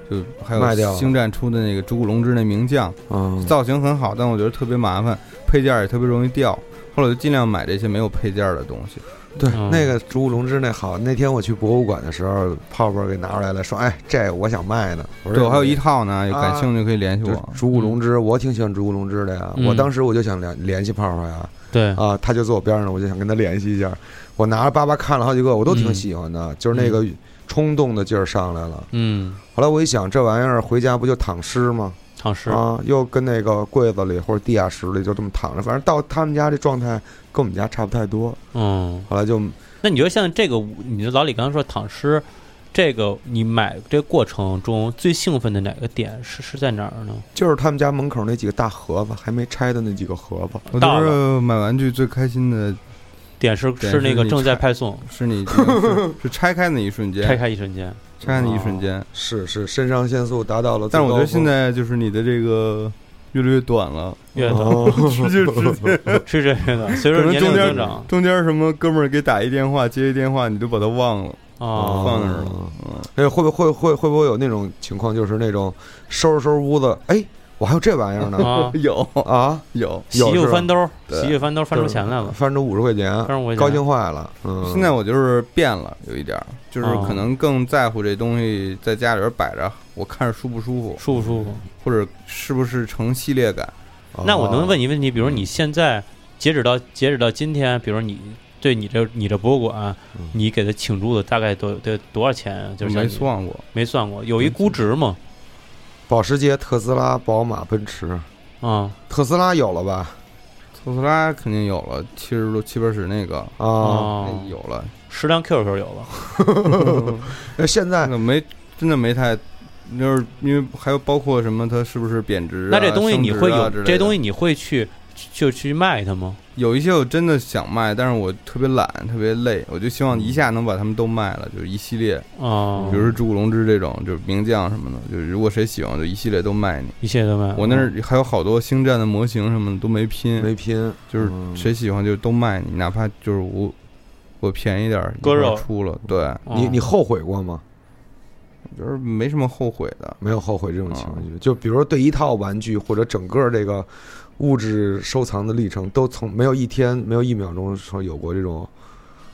Speaker 3: 就就还
Speaker 2: 卖掉
Speaker 3: 有
Speaker 2: 了
Speaker 3: 星战出的那个竹谷龙之那名将，
Speaker 2: 嗯
Speaker 3: 造型很好，但我觉得特别麻烦，配件儿也特别容易掉，后来我就尽量买这些没有配件儿的东西。
Speaker 2: 对，
Speaker 1: 嗯
Speaker 2: 那个植物龙之那好，那天我去博物馆的时候，泡泡给拿出来了，说：“哎，这我想卖呢。”我说：“
Speaker 3: 对，我还有
Speaker 2: 这
Speaker 3: 一套呢，有
Speaker 1: 啊
Speaker 3: 感兴趣可以联系
Speaker 2: 就
Speaker 3: 我。
Speaker 2: 植物龙之，我挺喜欢植物龙之的呀。
Speaker 1: 嗯
Speaker 2: 我当时我就想联联系泡泡呀，
Speaker 1: 对
Speaker 2: 啊，他就坐我边上，我就想跟他联系一下。我拿着巴巴看了好几个，我都挺喜欢的，就是那个冲动的劲儿上来了。
Speaker 1: 嗯，
Speaker 2: 后来我一想，这玩意儿回家不就躺尸吗？
Speaker 1: 尝试
Speaker 2: 啊，又跟那个柜子里或者地下室里就这么躺着，反正到他们家这状态跟我们家差不太多。
Speaker 1: 嗯，
Speaker 2: 后来就
Speaker 1: 那你觉得像这个，你就老李刚才说躺尸，这个你买这个过程中最兴奋的哪个点是是在哪儿呢？
Speaker 2: 就是他们家门口那几个大盒子，还没拆的那几个盒子。
Speaker 3: 我
Speaker 1: 到
Speaker 3: 觉
Speaker 1: 了
Speaker 3: 得买玩具最开心的
Speaker 1: 点是
Speaker 3: 点
Speaker 1: 是
Speaker 3: 是
Speaker 1: 那个
Speaker 3: 你
Speaker 1: 正在
Speaker 3: 拆
Speaker 1: 派送，*laughs*
Speaker 3: 是你是是拆开那一瞬间，
Speaker 1: 拆
Speaker 3: 拆
Speaker 1: 开一啊瞬间，
Speaker 3: 开那一瞬间。
Speaker 2: 是是，肾上腺素达到了最
Speaker 3: 但
Speaker 2: 高峰。
Speaker 3: 是我觉得现在就是你的这个越来越
Speaker 1: *laughs*
Speaker 3: 短了，
Speaker 1: 越短
Speaker 2: 哦 *laughs*
Speaker 3: *laughs* 就直接
Speaker 1: 是这样的，随着
Speaker 3: 可能
Speaker 1: 年龄
Speaker 3: 中
Speaker 1: 的
Speaker 3: 间
Speaker 1: 增长
Speaker 3: 中间什么哥们儿给打一电话接一电话，你都把它
Speaker 1: *laughs*
Speaker 3: 忘了，
Speaker 2: 哦
Speaker 1: 啊，
Speaker 3: 放那儿了。嗯，
Speaker 2: 哎，会不会会会会不会有那种情况，就是那种收拾收拾屋子，哎，我还有这玩意儿呢
Speaker 1: 啊，
Speaker 3: 有
Speaker 2: *laughs* 啊，
Speaker 3: 有。
Speaker 1: 洗衣
Speaker 2: 有
Speaker 1: 服
Speaker 2: 是吧
Speaker 1: 翻兜儿，
Speaker 3: 对
Speaker 1: 洗衣服翻兜儿翻出
Speaker 2: 就是
Speaker 1: 钱来了，
Speaker 2: 翻出五十块钱，
Speaker 1: 翻出我
Speaker 2: 高兴坏了。嗯，
Speaker 3: 现在我就是变了，有一点儿，就是
Speaker 1: 哦
Speaker 3: 可能更在乎这东西在家里边摆着，我看着舒不舒服，
Speaker 1: 舒不舒服？
Speaker 3: 或者是不是成系列感。
Speaker 2: 哦
Speaker 1: 那我能问你问题，比如你现在截止到截止到今天，比如你对你这你这博物馆
Speaker 2: 嗯，
Speaker 1: 你给他倾注的大概多得多少钱啊？就是像
Speaker 3: 没
Speaker 1: 你
Speaker 3: 算过，
Speaker 1: 没算过，有一估值嘛？
Speaker 2: 保时捷、特斯拉、宝马、奔驰，
Speaker 1: 啊，
Speaker 2: 特斯拉有了吧？
Speaker 3: 特斯拉肯定有了，七十多七八十那个、
Speaker 2: 啊，
Speaker 1: 哦
Speaker 3: 那，有了，
Speaker 1: 十辆 QQ 有了，
Speaker 2: *laughs* 那现
Speaker 3: *laughs*
Speaker 2: 在
Speaker 3: 那没真的没太，就是因为还有包括什么，它是不是贬值、啊？
Speaker 1: 那这东西你会
Speaker 3: 升值
Speaker 1: 有
Speaker 3: 啊之类的、
Speaker 1: 这东西你会去就去卖它吗？
Speaker 3: 有一些我真的想卖，但是我特别懒，特别累，我就希望一下能把它们都卖了，就是一系列，
Speaker 1: 啊
Speaker 3: 比，如说《朱古龙之》这种，就是名将什么的，就是如果谁喜欢，我就一系列都卖你。
Speaker 1: 一切都卖了。
Speaker 3: 我那儿还有好多星战的模型什么的都没拼，
Speaker 2: 没拼，
Speaker 3: 就是
Speaker 2: 嗯
Speaker 3: 谁喜欢就都卖你，哪怕就是我我便宜点儿，
Speaker 1: 割
Speaker 3: 一块儿
Speaker 1: 肉
Speaker 3: 出了，对，
Speaker 1: 哦
Speaker 2: 你你后悔过吗？
Speaker 3: 就是没什么后悔的。
Speaker 2: 没有后悔这种情
Speaker 1: 啊
Speaker 2: 绪，就比如说对一套玩具或者整个这个物质收藏的历程，都从没有一天没有一秒钟说有过这种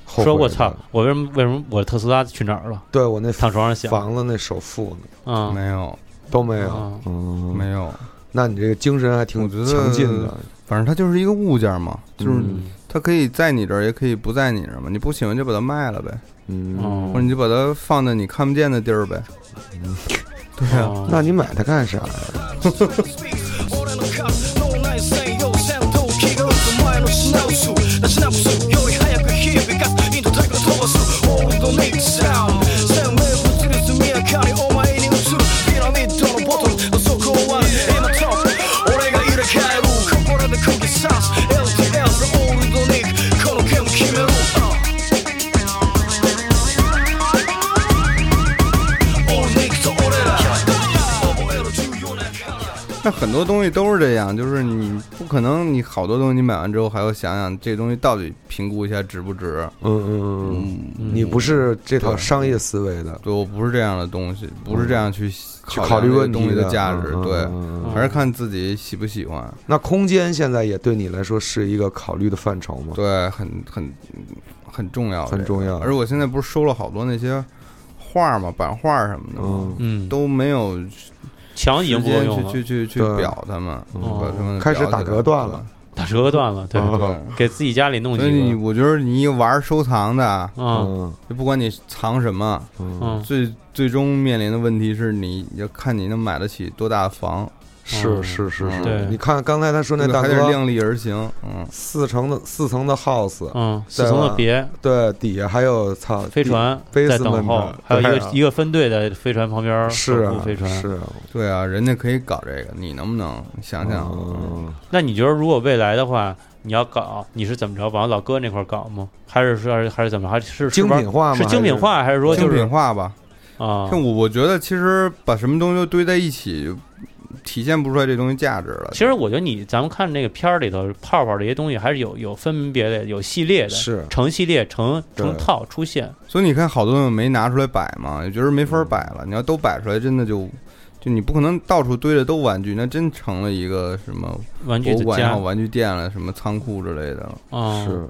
Speaker 2: 后悔。
Speaker 1: 说我操，，我为什么为什么我特斯拉去哪儿了？
Speaker 2: 对我那
Speaker 1: 躺床上想
Speaker 2: 房子那首付呢
Speaker 1: 啊，
Speaker 3: 没有，
Speaker 2: 都没有。
Speaker 1: 啊
Speaker 2: 嗯，
Speaker 3: 没有，
Speaker 2: 那你这个精神还挺
Speaker 3: 我觉得
Speaker 2: 强劲的。
Speaker 3: 反正它就是一个物件嘛，就是
Speaker 1: 嗯
Speaker 3: 它可以在你这儿，也可以不在你这儿嘛。你不喜欢就把它卖了呗，
Speaker 2: 嗯，
Speaker 1: 哦
Speaker 3: 或者你就把它放在你看不见的地儿呗。对呀、
Speaker 1: 哦
Speaker 2: 那你买它干啥呀？
Speaker 4: LTL オールドニックこの剣を決めろ、オールニックと俺ら覚えろ14年間
Speaker 3: 那很多东西都是这样，就是你不可能，你好多东西你买完之后还要想想这东西到底评估一下值不值。
Speaker 2: 嗯嗯嗯，你不是这套商业思维的，
Speaker 3: 对我不是这样的东西，不是这样去
Speaker 2: 去
Speaker 3: 量
Speaker 2: 考虑
Speaker 3: 这个
Speaker 2: 问
Speaker 3: 东
Speaker 2: 题
Speaker 3: 西的价值，
Speaker 2: 嗯嗯
Speaker 3: 对，
Speaker 2: 嗯嗯嗯
Speaker 3: 还是看自己喜不喜欢。
Speaker 2: 那空间现在也对你来说是一个考虑的范畴吗？
Speaker 3: 对，很很很重要，
Speaker 2: 很重要
Speaker 3: 这个而我现在不是收了好多那些画嘛，版画什么的嘛，
Speaker 2: 嗯
Speaker 1: 嗯，
Speaker 3: 都没有
Speaker 1: 墙已经
Speaker 3: 时
Speaker 1: 不够
Speaker 3: 间
Speaker 1: 用
Speaker 3: 去
Speaker 1: 了，
Speaker 3: 去去去
Speaker 2: 对嗯
Speaker 3: 表他们，
Speaker 1: 哦
Speaker 3: 把他们
Speaker 2: 开始
Speaker 3: 裱起
Speaker 2: 打
Speaker 3: 来
Speaker 2: 隔断了。
Speaker 1: 打折断了，对，
Speaker 2: 嗯
Speaker 3: 对，
Speaker 1: *laughs* 给自己家里弄
Speaker 3: 啊所以你嗯
Speaker 1: 几
Speaker 3: 我觉得你玩收藏的，
Speaker 1: 个啊
Speaker 3: 就不管你藏什么，
Speaker 2: 嗯嗯，
Speaker 1: 嗯，
Speaker 3: 最最终面临的问题是你要看你能买得起多大的房，
Speaker 2: 是是是
Speaker 3: 嗯
Speaker 2: 是
Speaker 1: 对，
Speaker 2: 你看刚才他说那
Speaker 3: 这个
Speaker 2: 大
Speaker 3: 还得
Speaker 2: 哥，
Speaker 3: 量力而行。嗯，
Speaker 2: 四层的四层的 house，
Speaker 1: 嗯，四层的别
Speaker 2: 对，底下还有操
Speaker 1: 飞，船
Speaker 2: 飞
Speaker 1: 在
Speaker 2: 斯
Speaker 1: 等
Speaker 2: 们
Speaker 1: 候
Speaker 2: 的，
Speaker 1: 还有一
Speaker 2: 对
Speaker 1: 个
Speaker 2: 啊
Speaker 1: 一个分队在飞船旁边
Speaker 2: 地是
Speaker 1: 守护
Speaker 2: 啊
Speaker 1: 飞船。
Speaker 2: 是啊，
Speaker 3: 对啊，人家可以搞这个，你能不能想想？
Speaker 2: 嗯
Speaker 1: 那你觉得如果未来的话，你要搞，你是怎么着？往老哥那块儿搞吗？还是说还是怎么？还是
Speaker 2: 精品化吗？
Speaker 1: 是精品化，还是说
Speaker 3: 精
Speaker 1: 就是
Speaker 3: 品化吧，
Speaker 1: 啊
Speaker 3: 像？我我觉得其实把什么东西都堆在一起，体现不出来这东西价值了。
Speaker 1: 其实我觉得你咱们看那个片儿里头泡泡这些东西，还是有有分门别类，有系列的，
Speaker 2: 还是，是
Speaker 1: 成系列成
Speaker 2: 对
Speaker 1: 成套出现。
Speaker 3: 所以你看，好多东西没拿出来摆嘛，也觉得没法
Speaker 1: 嗯
Speaker 3: 摆了。你要都摆出来，真的就就你不可能到处堆着都玩具，那真成了一个什么
Speaker 1: 玩具
Speaker 3: 博物
Speaker 1: 的
Speaker 3: 馆也
Speaker 1: 家
Speaker 3: 好、玩具店了、什么仓库之类的了。
Speaker 1: 啊，
Speaker 2: 是，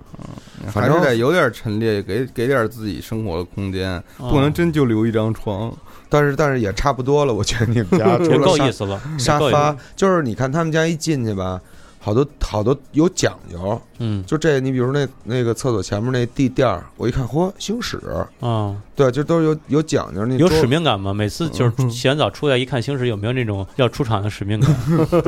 Speaker 3: 还
Speaker 2: 反
Speaker 3: 是
Speaker 2: 正
Speaker 3: 得有点陈列，给给点自己生活的空间，
Speaker 1: 啊
Speaker 3: 不能真就留一张床。
Speaker 2: 但是但是也差不多了，我觉得你们家除
Speaker 1: *laughs* 也
Speaker 2: 了
Speaker 1: 够
Speaker 2: 沙
Speaker 1: 意思了，
Speaker 2: 沙
Speaker 1: 够意思
Speaker 2: 发，就是你看他们家一进去吧，好多好多有讲究，
Speaker 1: 嗯
Speaker 2: 就这你比如那那个厕所前面那地垫儿，我一看，嚯，星矢，
Speaker 1: 啊，
Speaker 2: 对，就都是有有讲究，那
Speaker 1: 有
Speaker 2: 桌
Speaker 1: 使命感吗？每
Speaker 2: 嗯
Speaker 1: 次就是洗完澡出来一看星矢，有没有那种要出场的使命感？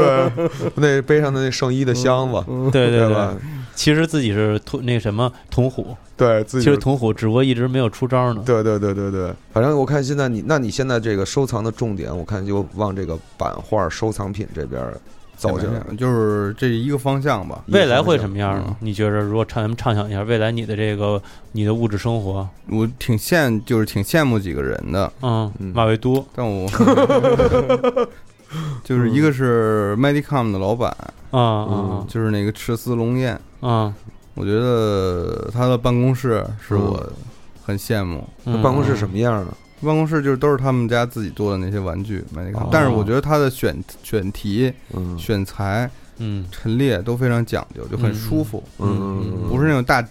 Speaker 2: *laughs* 那背上的那圣衣的箱子，
Speaker 1: 对对
Speaker 2: 吧
Speaker 1: 对，？其实自己是土那什么童虎，
Speaker 2: 对自
Speaker 1: 其
Speaker 2: 己
Speaker 1: 实童虎只不过一直没有出招呢。
Speaker 2: 对对对对对，反正我看现在你，那你现在这个收藏的重点，我看就往这个版画收藏品这边走进来。
Speaker 3: 就是这一个方向吧。
Speaker 1: 未来会什么样呢
Speaker 3: 嗯？
Speaker 1: 你觉着，如果畅咱们畅想一下，未来你的这个你的物质生活，
Speaker 3: 我挺羡，就是挺羡慕几个人的，
Speaker 1: 嗯，
Speaker 2: 嗯
Speaker 1: 马未都，*laughs*
Speaker 3: 但我
Speaker 1: 嗯
Speaker 3: 就是一个是 Medicom 的老板，
Speaker 1: 啊啊
Speaker 3: 就是那个赤丝龙彦，
Speaker 1: 啊，
Speaker 3: 我觉得他的办公室是我很羡慕。
Speaker 1: 嗯
Speaker 2: 办公室什么样啊？
Speaker 3: 办公室就是都是他们家自己做的那些玩具，Medicom，、
Speaker 1: 哦
Speaker 3: 但是我觉得他的选选题、
Speaker 2: 嗯
Speaker 3: 选材、
Speaker 1: 嗯
Speaker 3: 陈列都非常讲究，就很舒服，
Speaker 2: 嗯，
Speaker 3: 不是那种大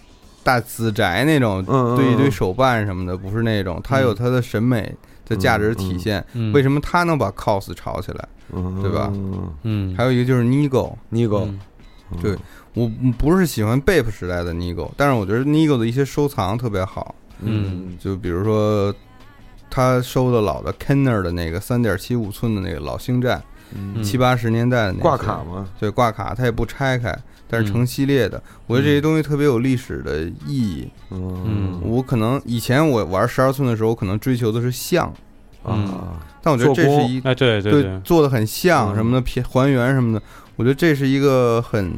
Speaker 3: 大死宅那种
Speaker 2: 嗯
Speaker 3: 堆一堆手办什么的，不是那种，他有他的审美的价值体现。
Speaker 1: 嗯，
Speaker 3: 为
Speaker 1: 么？
Speaker 3: 什么他能把 cos 炒起来？对吧
Speaker 1: 嗯，
Speaker 3: 还有一个就是 Nigo，
Speaker 2: ？Nigo，
Speaker 1: 嗯
Speaker 3: 我不是喜欢 Bape 时代的 Nigo，但是我觉得 Nigo 的一些收藏特别好，
Speaker 1: 嗯
Speaker 3: 就比如说他收的老的 Kenner 的那个三点七五寸的那个老星战，
Speaker 2: 嗯，
Speaker 3: 七八十年代的那些
Speaker 2: 挂卡，吗？嗯
Speaker 3: 对挂卡，它也不拆开，但是成系列的，我觉得这些东西特别有历史的意义。
Speaker 1: 嗯
Speaker 3: 我可能以前我玩十二寸的时候，我可能追求的是像，
Speaker 2: 啊，
Speaker 3: 但我觉得
Speaker 2: 做
Speaker 3: 这是
Speaker 2: 工
Speaker 3: 一
Speaker 1: 哎，对对对，
Speaker 3: 做的很
Speaker 2: 嗯
Speaker 3: 像什么的，偏还原什么的。我觉得这是一个很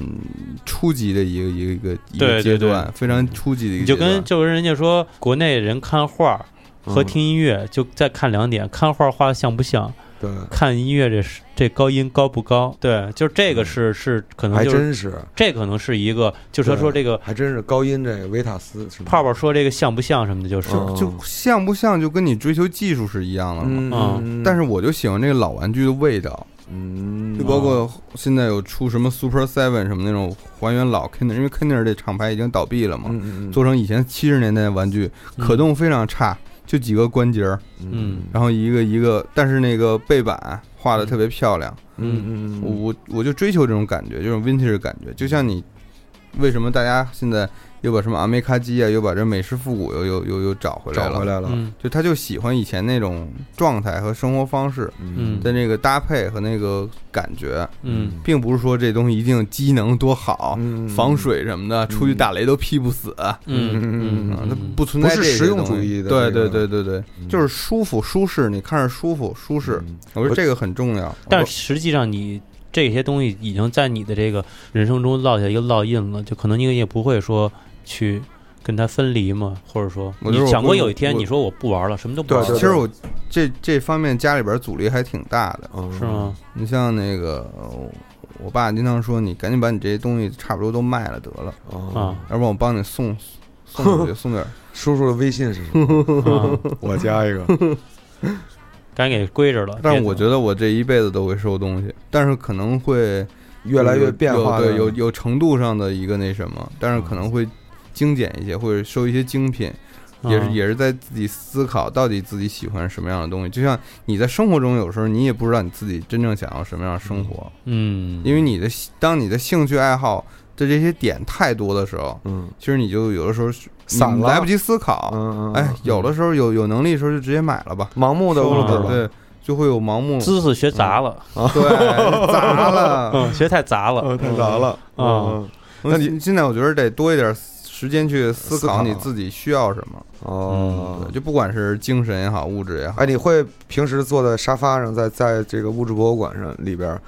Speaker 3: 初级的一个一个一个一
Speaker 1: 对
Speaker 3: 个阶
Speaker 1: 对对
Speaker 3: 段，非常初级的
Speaker 1: 你
Speaker 3: 一个
Speaker 1: 就
Speaker 3: 阶段
Speaker 1: 跟。就跟人家说，国内人看画和听音乐就再看两点，看画画像不像，
Speaker 2: 对，
Speaker 1: 看音乐这是这高音高不高？对，就是这个是是可能
Speaker 2: 还
Speaker 1: 就是
Speaker 2: 真是，
Speaker 1: 这可能是一个，就是他
Speaker 2: 对
Speaker 1: 说这个
Speaker 2: 还真是高音这个维塔斯是吗
Speaker 1: 泡泡说这个像不像什么的，就是
Speaker 2: 嗯
Speaker 3: 就像不像，就跟你追求技术是一样的嘛。
Speaker 2: 嗯，嗯
Speaker 3: 但是我就喜欢这个老玩具的味道，
Speaker 2: 嗯，
Speaker 3: 就包括现在有出什么 Super Seven 什么那种还原老 Kenner，因为 Kenner 这厂牌已经倒闭了嘛，
Speaker 2: 嗯
Speaker 3: 做成以前七十年代的玩具，可动非常差，就几个关节儿，
Speaker 1: 嗯
Speaker 3: 然后一个一个，但是那个背板画的特别漂亮。
Speaker 2: 嗯
Speaker 3: 我我我就追求这种感觉，这种 vintage 的感觉，就像你为什么大家现在又把什么阿梅卡基啊，又把这美式复古又又又又找回来
Speaker 2: 找
Speaker 3: 了，
Speaker 2: 回来了，
Speaker 1: 嗯
Speaker 3: 就他就喜欢以前那种状态和生活方式
Speaker 1: 嗯
Speaker 3: 的那个搭配和那个感觉，
Speaker 1: 嗯
Speaker 3: 并不是说这东西一定机能多好，
Speaker 2: 嗯
Speaker 3: 防水什么的，出去打雷都劈不死。啊，
Speaker 1: 嗯嗯
Speaker 3: 它
Speaker 1: 嗯
Speaker 3: 不存在
Speaker 2: 不是
Speaker 3: 这些
Speaker 2: 实用
Speaker 3: 东西
Speaker 2: 主义的
Speaker 3: 对
Speaker 2: 这个
Speaker 3: 对
Speaker 2: 嗯
Speaker 3: 对对对，就是舒服舒适，你看着舒服舒适，我觉得这个很重要。
Speaker 1: 但实际上你这些东西已经在你的这个人生中落下一个烙印了，就可能你也不会说去跟它分离嘛，或者说
Speaker 3: 我就是
Speaker 1: 你想过有一
Speaker 3: 我
Speaker 1: 天
Speaker 3: 我
Speaker 1: 你说我不玩了，什么都不玩
Speaker 2: 对
Speaker 1: 了，
Speaker 3: 其实我这这方面家里边阻力还挺大的。
Speaker 2: 嗯
Speaker 1: 是？吗？
Speaker 3: 你像那个呃我爸经常说，你赶紧把你这些东西差不多都卖了得了，
Speaker 2: 啊，
Speaker 1: 啊
Speaker 3: 要不然我帮你送送
Speaker 2: *laughs*
Speaker 3: 出去送点儿。
Speaker 2: 叔叔的微信是什么？
Speaker 1: 啊，
Speaker 2: 我加一个。
Speaker 1: 赶紧给归着了。
Speaker 3: 但是
Speaker 1: 别
Speaker 3: 我觉得我这一辈子都会收东西，但是可能会
Speaker 2: 越来越变化
Speaker 3: 有
Speaker 2: 的
Speaker 3: 对，有
Speaker 1: 嗯
Speaker 3: 有程度上的一个那什么，但是可能会精简一些，或者收一些精品，也是
Speaker 1: 嗯
Speaker 3: 也是在自己思考到底自己喜欢什么样的东西。就像你在生活中，有时候你也不知道你自己真正想要什么样的生活，
Speaker 1: 嗯，
Speaker 3: 因为你的当你的兴趣爱好的这些点太多的时候，
Speaker 2: 嗯，
Speaker 3: 其实你就有的时候是
Speaker 2: 散
Speaker 3: 你
Speaker 2: 了，
Speaker 3: 来不及思考。
Speaker 2: 嗯，嗯嗯，
Speaker 3: 哎，有的时候有有能力的时候就直接买了吧，
Speaker 2: 盲目的
Speaker 1: 收
Speaker 2: 物
Speaker 1: 了
Speaker 2: 质
Speaker 1: 吧
Speaker 2: 了，
Speaker 3: 对，就会有盲目，
Speaker 1: 知识学杂了，
Speaker 2: *laughs*
Speaker 3: 对，砸了。
Speaker 1: 嗯，学太杂了，
Speaker 2: 嗯，太杂了
Speaker 1: 嗯
Speaker 2: 嗯
Speaker 3: 那你现在我觉得得多一点时间去思
Speaker 2: 思考
Speaker 3: 考你自己需要什么，
Speaker 2: 哦
Speaker 3: 对，就不管是精神也好，物质也好，
Speaker 2: 哎，你会平时坐在沙发上，在在这个物质博物馆上里边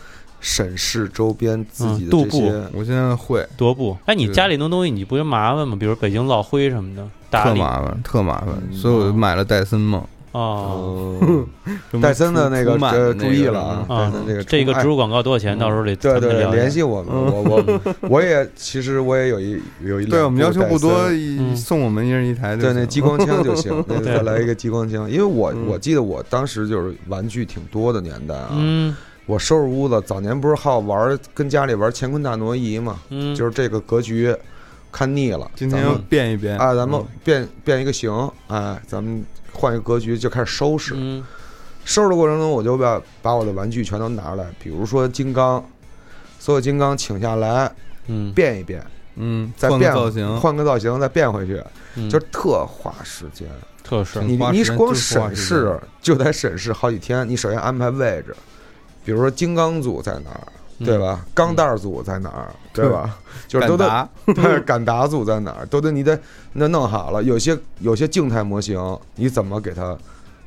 Speaker 2: 审视周边自己的
Speaker 1: 嗯
Speaker 2: 这些，
Speaker 3: 我现在会
Speaker 1: 踱步。哎，你
Speaker 3: 对
Speaker 1: 家里弄东西，你不就麻烦吗？比如北京落灰什么的，打
Speaker 3: 特
Speaker 1: 理
Speaker 3: 麻烦，特麻烦，
Speaker 2: 嗯
Speaker 3: 所以我就买了戴森梦。
Speaker 1: 哦。
Speaker 2: 嗯，
Speaker 3: 什么
Speaker 2: 戴森的
Speaker 3: 除
Speaker 2: 那个
Speaker 3: 除螨
Speaker 2: 呃
Speaker 3: 的
Speaker 2: 注意了
Speaker 3: 啊
Speaker 2: 啊，
Speaker 1: 啊
Speaker 2: 戴森这个，哎
Speaker 1: 这个植入广告多少钱？到时候得咱
Speaker 2: 对
Speaker 1: 们
Speaker 2: 对
Speaker 1: 聊
Speaker 2: 对，
Speaker 1: 一
Speaker 2: 联
Speaker 1: 下
Speaker 2: 系我们，我我我也其实我也有一有一
Speaker 3: 对
Speaker 2: 两
Speaker 3: 我们要求
Speaker 2: 部嗯戴
Speaker 3: 不多，
Speaker 2: 森
Speaker 3: 一
Speaker 1: 嗯
Speaker 3: 送我们一人一台就
Speaker 2: 对
Speaker 3: 行了。
Speaker 2: 那激光枪就行，那
Speaker 1: 对
Speaker 2: 再来一个激光枪，因为我
Speaker 3: 嗯
Speaker 2: 我记得我当时就是玩具挺多的年代啊，
Speaker 1: 嗯
Speaker 2: 我收拾屋子，早年不是好玩跟家里玩乾坤大挪移嘛，
Speaker 1: 嗯，
Speaker 2: 就是这个格局看腻了，
Speaker 3: 今
Speaker 2: 咱
Speaker 3: 天
Speaker 2: 们
Speaker 3: 要变一变
Speaker 2: 哎，咱们变变一个形，哎，咱们换一个格局就开始收拾。
Speaker 1: 嗯
Speaker 2: 收拾的过程中，我就把把我的玩具全都拿出来，比如说金刚，所有金刚请下来
Speaker 1: 嗯
Speaker 2: 变一变，
Speaker 3: 嗯，
Speaker 2: 再
Speaker 3: 换个
Speaker 2: 变
Speaker 3: 造型，
Speaker 2: 换个造型再变回去，
Speaker 1: 嗯，
Speaker 2: 就是特花时间。
Speaker 1: 特是
Speaker 3: 嗯
Speaker 2: 你
Speaker 3: 花时
Speaker 2: 你
Speaker 3: 间
Speaker 2: 光
Speaker 3: 就是花
Speaker 2: 审
Speaker 3: 时间
Speaker 2: 视就得审视好几天，你首先安排位置，比如说金刚组在哪儿。对？吧？
Speaker 3: 嗯
Speaker 2: 钢蛋儿组在哪儿？对吧？就是都
Speaker 3: 敢
Speaker 2: 得
Speaker 3: 打
Speaker 2: 但是敢打组在哪儿，都得你得那弄好了。有些有些静态模型，你怎么给它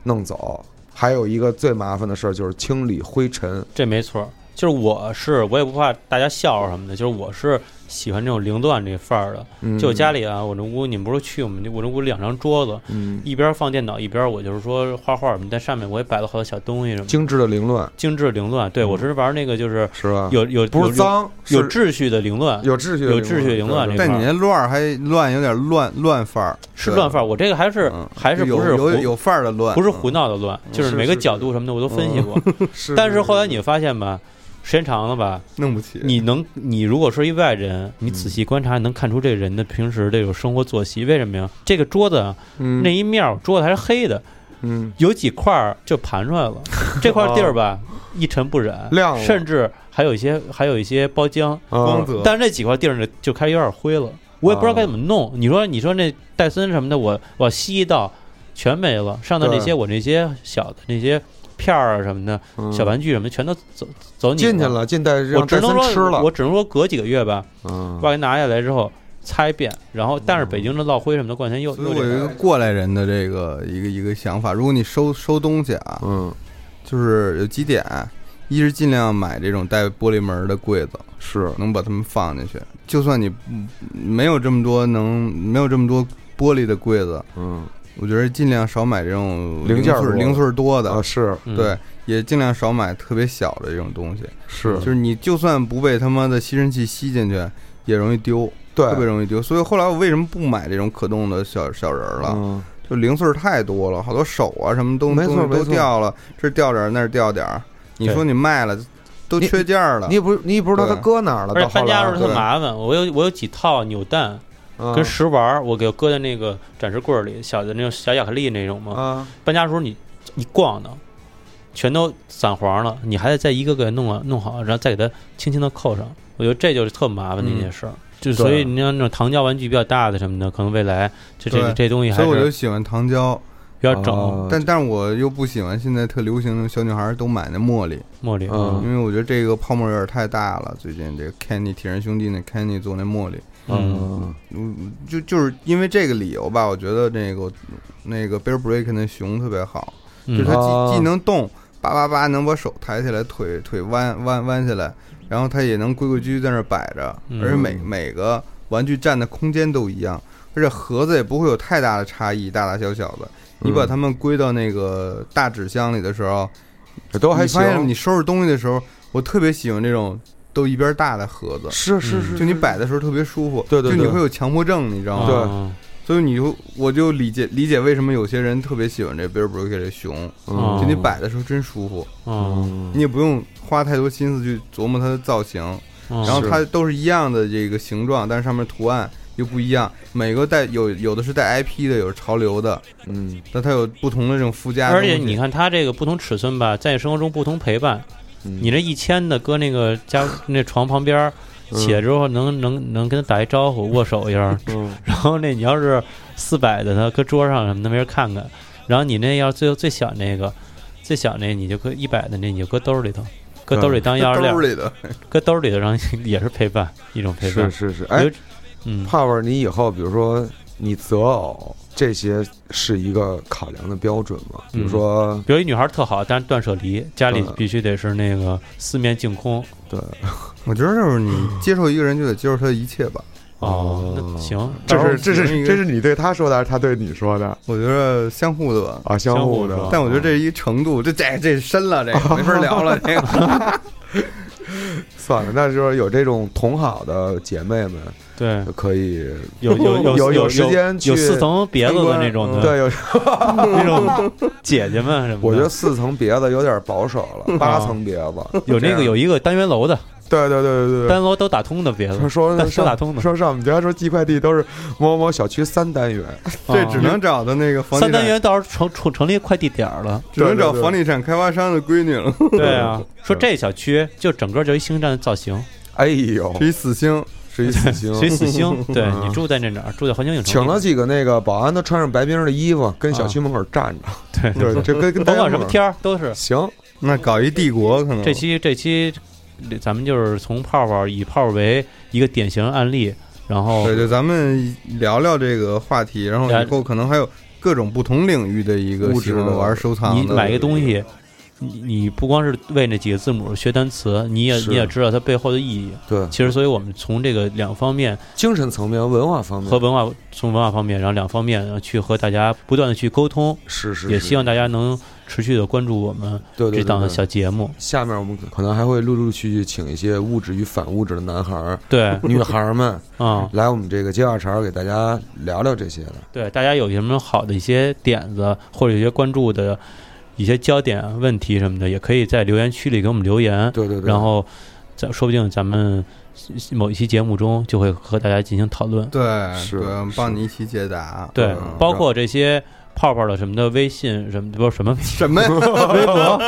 Speaker 2: 弄走？还有一个最麻烦的事儿就是清理灰尘。
Speaker 1: 这没错儿，就是我是我也不怕大家笑话什么的，就是我是喜欢这种凌乱这范儿的。
Speaker 2: 嗯
Speaker 1: 就我家，里啊，我这屋你们不是去我们那我这屋两张桌子，
Speaker 2: 嗯，
Speaker 1: 一边放电脑，一边我就是说画画什么，在上面我也摆了好多小东西什么的，
Speaker 2: 精致的凌乱
Speaker 1: 精致凌乱。对我是玩那个就是
Speaker 2: 是吧？
Speaker 1: 有有
Speaker 2: 不
Speaker 1: 有
Speaker 2: 是脏，
Speaker 1: 有有
Speaker 2: 是
Speaker 1: 秩序的凌乱，
Speaker 2: 有秩序的
Speaker 1: 有秩序凌乱
Speaker 2: 对
Speaker 1: 这
Speaker 2: 对
Speaker 1: 个
Speaker 3: 但你那乱儿还乱，有点乱乱范儿，
Speaker 1: 是乱范儿。我这个还是
Speaker 3: 嗯
Speaker 1: 还是
Speaker 3: 有
Speaker 1: 不是
Speaker 3: 有
Speaker 1: 胡
Speaker 3: 有范儿的乱，嗯
Speaker 1: 不是胡闹的乱，就是
Speaker 2: 是
Speaker 1: 每个
Speaker 2: 是
Speaker 1: 角
Speaker 2: 是
Speaker 1: 度什么的我都分析过。
Speaker 2: 对嗯 *laughs* 是
Speaker 1: 但是后来你发现吧，时间长了吧，
Speaker 3: 弄不起。
Speaker 1: 你能，你如果是一外人，你
Speaker 2: 嗯
Speaker 1: 仔细观察，能看出这个人的平时这种生活作息。为什么呀？这个桌子啊，那
Speaker 2: 嗯
Speaker 1: 一面儿桌子还是黑的，
Speaker 2: 嗯
Speaker 1: 有几块儿就盘出来
Speaker 2: *laughs*
Speaker 1: 了。这块地儿吧，一尘不染，
Speaker 2: 哦亮了哦
Speaker 1: 甚至还有一些还有一些包浆。
Speaker 3: 光
Speaker 2: 光
Speaker 3: 泽，
Speaker 1: 嗯但是这几块地儿呢，就开始有点灰了。我也不知
Speaker 2: 哦
Speaker 1: 道该怎么弄。你说，你说那戴森什么的，我我吸一道全没了。上头那些
Speaker 2: 对
Speaker 1: 我那些小的那些片儿啊什么的，小玩具什么的，全都走走你
Speaker 2: 嗯进去。了，进带
Speaker 1: 我
Speaker 2: 让
Speaker 1: 只
Speaker 2: 戴森
Speaker 1: 能
Speaker 2: 吃
Speaker 1: 说，
Speaker 2: 了
Speaker 1: 我，只能说隔几个月吧，
Speaker 2: 嗯
Speaker 1: 把它拿下来之后擦一遍，然后但是北京的落灰什么的，过两天又
Speaker 3: 所以
Speaker 1: 又
Speaker 3: 我有一
Speaker 1: 得
Speaker 3: 个过来人的这个一个一个想法，如果你收收东西啊，
Speaker 2: 嗯
Speaker 3: 就是有几点，一是尽量买这种带玻璃门的柜子，
Speaker 2: 是
Speaker 3: 能把它们放进去。就算你嗯没有这么多能没有这么多玻璃的柜子，
Speaker 2: 嗯
Speaker 3: 我觉得尽量少买这种
Speaker 2: 零件儿
Speaker 3: 碎
Speaker 2: 多的
Speaker 3: 零碎儿多的，
Speaker 2: 啊是
Speaker 1: 嗯
Speaker 3: 对，也尽量少买特别小的这种东西。
Speaker 2: 是
Speaker 3: 就是你就算不被他妈的吸尘器吸进去，也容易丢，
Speaker 2: 对
Speaker 3: 特别容易丢。所以后来我为什么不买这种可动的小小人儿了？
Speaker 2: 嗯
Speaker 3: 就零碎儿太多了，好多手啊什么东
Speaker 2: 没错
Speaker 3: 东西都
Speaker 2: 没错
Speaker 3: 掉了，这儿掉点儿那儿掉点儿。你
Speaker 1: 对
Speaker 3: 说你卖了，都
Speaker 2: 你
Speaker 3: 缺件儿了
Speaker 2: 你。也不你也不知道它
Speaker 3: 对
Speaker 2: 搁哪儿了，
Speaker 1: 而
Speaker 2: 到
Speaker 1: 且搬
Speaker 2: 后
Speaker 1: 家
Speaker 2: 来
Speaker 1: 的时候特
Speaker 3: 对
Speaker 1: 麻烦，我有我有几套扭蛋
Speaker 2: 嗯
Speaker 1: 跟食玩儿，我给搁在那个展示柜儿里，小的那种小亚克力那种嘛。
Speaker 2: 啊
Speaker 1: 搬家的时候你一逛呢，全都散黄了，你还得再一个个弄啊弄好，然后再给它轻轻的扣上。我觉得这就是特麻烦的一件事儿。就所以你像那种糖胶玩具比较大的什么的，可能未来这这
Speaker 3: 对
Speaker 1: 这东西还
Speaker 3: 所以我就是喜欢糖胶，
Speaker 1: 比较整
Speaker 2: 哦
Speaker 3: 但但是我又不喜欢现在特流行的小女孩儿都买那茉莉，
Speaker 1: 茉莉。
Speaker 2: 嗯
Speaker 3: 因为我觉得这个泡沫有点太大了。最近这个 Kenny 铁人兄弟那 Kenny 做那茉莉，
Speaker 1: 嗯
Speaker 3: 嗯，就就是因为这个理由吧，我觉得那个那个 Bear Break 那熊特别好，
Speaker 1: 嗯
Speaker 3: 就是它
Speaker 2: 哦
Speaker 3: 既既能动，叭叭叭能把手抬起来，腿腿弯弯弯下来，然后它也能规规矩矩在那儿摆着，
Speaker 1: 嗯
Speaker 3: 而且每每个玩具占的空间都一样，而且盒子也不会有太大的差异，大大小小的。你
Speaker 1: 嗯
Speaker 3: 把它们归到那个大纸箱里的时候，
Speaker 2: 这都还
Speaker 3: 你
Speaker 2: 行
Speaker 3: 发，现你收拾东西的时候，我特别喜欢这种都一边大的盒子，
Speaker 2: 是是
Speaker 1: 嗯
Speaker 2: 是，
Speaker 3: 就你摆的时候特别舒服，
Speaker 2: 对对
Speaker 3: 就你
Speaker 2: 对
Speaker 3: 会有强迫症，你知道吗？
Speaker 2: 对
Speaker 1: 啊
Speaker 3: 所以你就我就理解理解为什么有些人特别喜欢这 Bear Brook 这熊，
Speaker 2: 嗯
Speaker 1: 哦
Speaker 3: 就你摆的时候真舒服，
Speaker 1: 嗯
Speaker 3: 你也不用花太多心思去琢磨它的造型，
Speaker 1: 嗯，
Speaker 3: 然后
Speaker 2: 是
Speaker 3: 它都是一样的这个形状，但是上面图案又不一样。每个带有有的是带 IP 的，有是潮流的，
Speaker 2: 嗯，
Speaker 3: 那它有不同的这种附加的
Speaker 1: 而
Speaker 3: 东西。
Speaker 1: 且你看它这个不同尺寸吧，在生活中不同陪伴。
Speaker 2: 嗯
Speaker 1: 你那一千的搁那个家那床旁边儿起来之后能，能能跟他打一招呼，握手一下。
Speaker 2: 嗯
Speaker 1: 然后那你要是四百的，它搁桌上什么的没人看看。然后你那要最最小那个，最小那你就搁一百的那你就搁兜里头，搁兜里当钥匙链
Speaker 3: 兜
Speaker 1: 儿，
Speaker 3: 里的， *laughs*
Speaker 1: 搁兜里头，然后也是陪伴一种陪
Speaker 2: 是
Speaker 1: 伴。
Speaker 2: 是是，
Speaker 1: 我
Speaker 2: 哎
Speaker 1: 觉，得，嗯，
Speaker 2: 泡泡，你以后比如说你择偶这些是一个考量的标准吗？比如说，
Speaker 1: 比如一女孩儿特好，但是断舍离，家里
Speaker 2: 嗯
Speaker 1: 必须得是那个四面净空。
Speaker 2: 对，
Speaker 3: 我觉得就是你接受一个人就得接受他的一切吧。
Speaker 1: 哦，那行，
Speaker 2: 这
Speaker 3: 然后
Speaker 2: 是这
Speaker 3: 选
Speaker 2: 是
Speaker 3: 一个
Speaker 2: 这是你对他说的，还是他对你说的
Speaker 3: 我觉得相互的吧。
Speaker 2: 啊？相互
Speaker 1: 相互
Speaker 2: 的
Speaker 1: 说，
Speaker 3: 但我觉得这一程度，这这这深了，这个没法聊了。这个
Speaker 1: *laughs*
Speaker 2: 算了，那就是有这种同好的姐妹们
Speaker 1: 对，
Speaker 2: 可以，
Speaker 1: 有有有
Speaker 2: 有
Speaker 1: 有
Speaker 2: 有时间去
Speaker 1: 有四层别子的那种的，
Speaker 2: 嗯对，有
Speaker 1: *laughs* 那种姐姐们什么的。
Speaker 2: 我觉得四层别子有点保守
Speaker 1: *laughs*
Speaker 2: 了，八层别子
Speaker 1: 啊有那个有一个单元楼的，
Speaker 2: 对对对对对。
Speaker 1: 单楼都打通的别子
Speaker 2: 说，说
Speaker 1: 单
Speaker 2: 上
Speaker 1: 都打通的，
Speaker 2: 说上我们家说寄快递都是某某小区三单元，
Speaker 3: 这
Speaker 1: 啊
Speaker 3: 只能找的那个房地
Speaker 1: 三单
Speaker 3: 产，
Speaker 1: 元，到时候成成成立快递点儿了。
Speaker 3: 只能
Speaker 2: 对
Speaker 3: 找
Speaker 2: 对对
Speaker 3: 房地产开发商的闺女了，
Speaker 1: 对啊，说
Speaker 2: 对
Speaker 1: 这小区就整个就一星战的造型，
Speaker 2: 哎呦，
Speaker 3: *laughs* 是一死星。
Speaker 2: 是一死星，
Speaker 1: 随死
Speaker 2: *laughs*
Speaker 1: 星。对
Speaker 2: 嗯
Speaker 1: 你住在那哪儿？住在环球影城
Speaker 2: 请
Speaker 1: 里面，
Speaker 2: 了几个那个保安，都穿上白冰的衣服，跟小区门口站着。
Speaker 1: 对
Speaker 2: 对，这跟跟
Speaker 1: 甭
Speaker 2: 大家
Speaker 1: 管什么天儿都是。
Speaker 2: 行，
Speaker 3: 那搞一帝国
Speaker 2: 嗯
Speaker 3: 可能
Speaker 1: 这期这期咱们就是从泡泡以泡为一个典型案例，然后
Speaker 3: 对对，咱们聊聊这个话题，然后
Speaker 1: 哎
Speaker 3: 以后可能还有各种不同领域的一个
Speaker 2: 物
Speaker 3: 喜
Speaker 2: 质的
Speaker 3: 欢玩收藏的。
Speaker 1: 你买一个东，西，你你不光是为那几个字母学单词，你也
Speaker 2: 是
Speaker 1: 你也知道它背后的意义。
Speaker 2: 对，
Speaker 1: 其实，所以我们从这个两方面
Speaker 2: 精神层面、文化方面
Speaker 1: 和文化，从文化方面，然后两方面然后去和大家不断的去沟通，
Speaker 2: 是是，
Speaker 1: 也
Speaker 2: 是
Speaker 1: 希望大家能持续的关注我们
Speaker 2: 对对
Speaker 1: 这
Speaker 2: 对
Speaker 1: 档
Speaker 2: 对
Speaker 1: 小节目。
Speaker 2: 下面我们可能还会陆陆续续请一些物质与反物质的男孩儿、
Speaker 1: *laughs*
Speaker 2: *laughs*
Speaker 1: 对，
Speaker 2: 女孩儿们
Speaker 1: 嗯，
Speaker 2: 来我们这个接话茬儿，给大家聊聊这些的。
Speaker 1: 对，大家有什么好的一些点子，或者有些关注的一些焦点啊问题什么的，也可以在留言区里给我们留言。
Speaker 2: 对对对，
Speaker 1: 然后咱说不定咱们某一期节目中就会和大家进行讨论。
Speaker 3: 对，
Speaker 2: 是
Speaker 3: 对，我们帮
Speaker 2: 是
Speaker 3: 你一起解答。
Speaker 1: 对
Speaker 3: 嗯，
Speaker 1: 包括这些泡泡的什么的微信什么的不是什
Speaker 2: *laughs*
Speaker 1: 么
Speaker 3: 什么呀？ *laughs*
Speaker 1: 微博，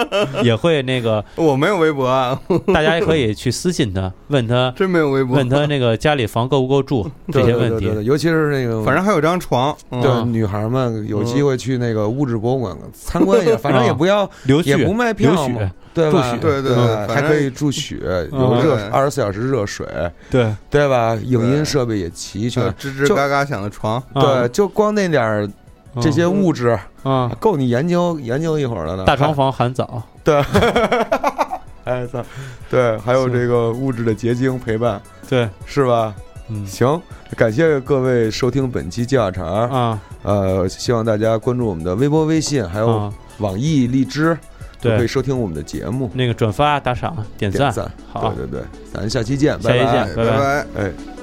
Speaker 1: 也会那个
Speaker 3: 我没有微博啊，
Speaker 1: 大家也可以去私信他，问
Speaker 2: *laughs*
Speaker 1: 他
Speaker 3: 真没有微博。
Speaker 1: 问他那个家里房够不够住这
Speaker 2: 对
Speaker 1: 些
Speaker 2: 对
Speaker 1: 问
Speaker 2: 对
Speaker 1: 题
Speaker 2: 对，。对尤其是那个
Speaker 3: 反正还有张床，嗯
Speaker 2: 对
Speaker 1: 嗯
Speaker 2: 女孩儿们有机会去那个物质博物馆参
Speaker 1: *laughs*
Speaker 2: 观一下，反正也不要
Speaker 1: 留
Speaker 2: 也不
Speaker 1: 学
Speaker 2: 卖
Speaker 1: 流
Speaker 2: 票嘛
Speaker 1: 血，，
Speaker 2: 对
Speaker 1: 助
Speaker 2: 吧？嗯
Speaker 1: 血
Speaker 3: 对对对反正
Speaker 2: 还可以助血，有
Speaker 1: 嗯
Speaker 2: 热
Speaker 3: 对
Speaker 2: 二十四小时热水，
Speaker 1: 对，
Speaker 2: 对吧？影音设备也齐
Speaker 3: 还有
Speaker 2: 全，
Speaker 3: 吱吱
Speaker 2: 就
Speaker 3: 嘎嘎响的床，
Speaker 1: 嗯
Speaker 2: 对，就光那点儿这些物质，
Speaker 1: 啊，嗯
Speaker 2: 够你研究研究一会儿了呢。
Speaker 1: 大床房含枣，
Speaker 2: *laughs* 哎，操，对，还有这个物质的结晶陪伴，
Speaker 1: 对，
Speaker 2: 是吧？
Speaker 1: 嗯
Speaker 2: 行，感谢各位收听本期鸡小肠儿，
Speaker 1: 啊
Speaker 2: 呃，希望大家关注我们的微博、微信，还有
Speaker 1: 啊，
Speaker 2: 网易、荔枝，都可以
Speaker 1: 对，嗯
Speaker 2: 收听我们的节目，
Speaker 1: 那个转发、打赏、点
Speaker 2: 点
Speaker 1: 赞，
Speaker 2: 赞，
Speaker 1: 好
Speaker 2: 对，对对，咱下期见，
Speaker 1: 下期
Speaker 2: 拜拜
Speaker 1: 见，拜
Speaker 3: 拜。
Speaker 2: 哎。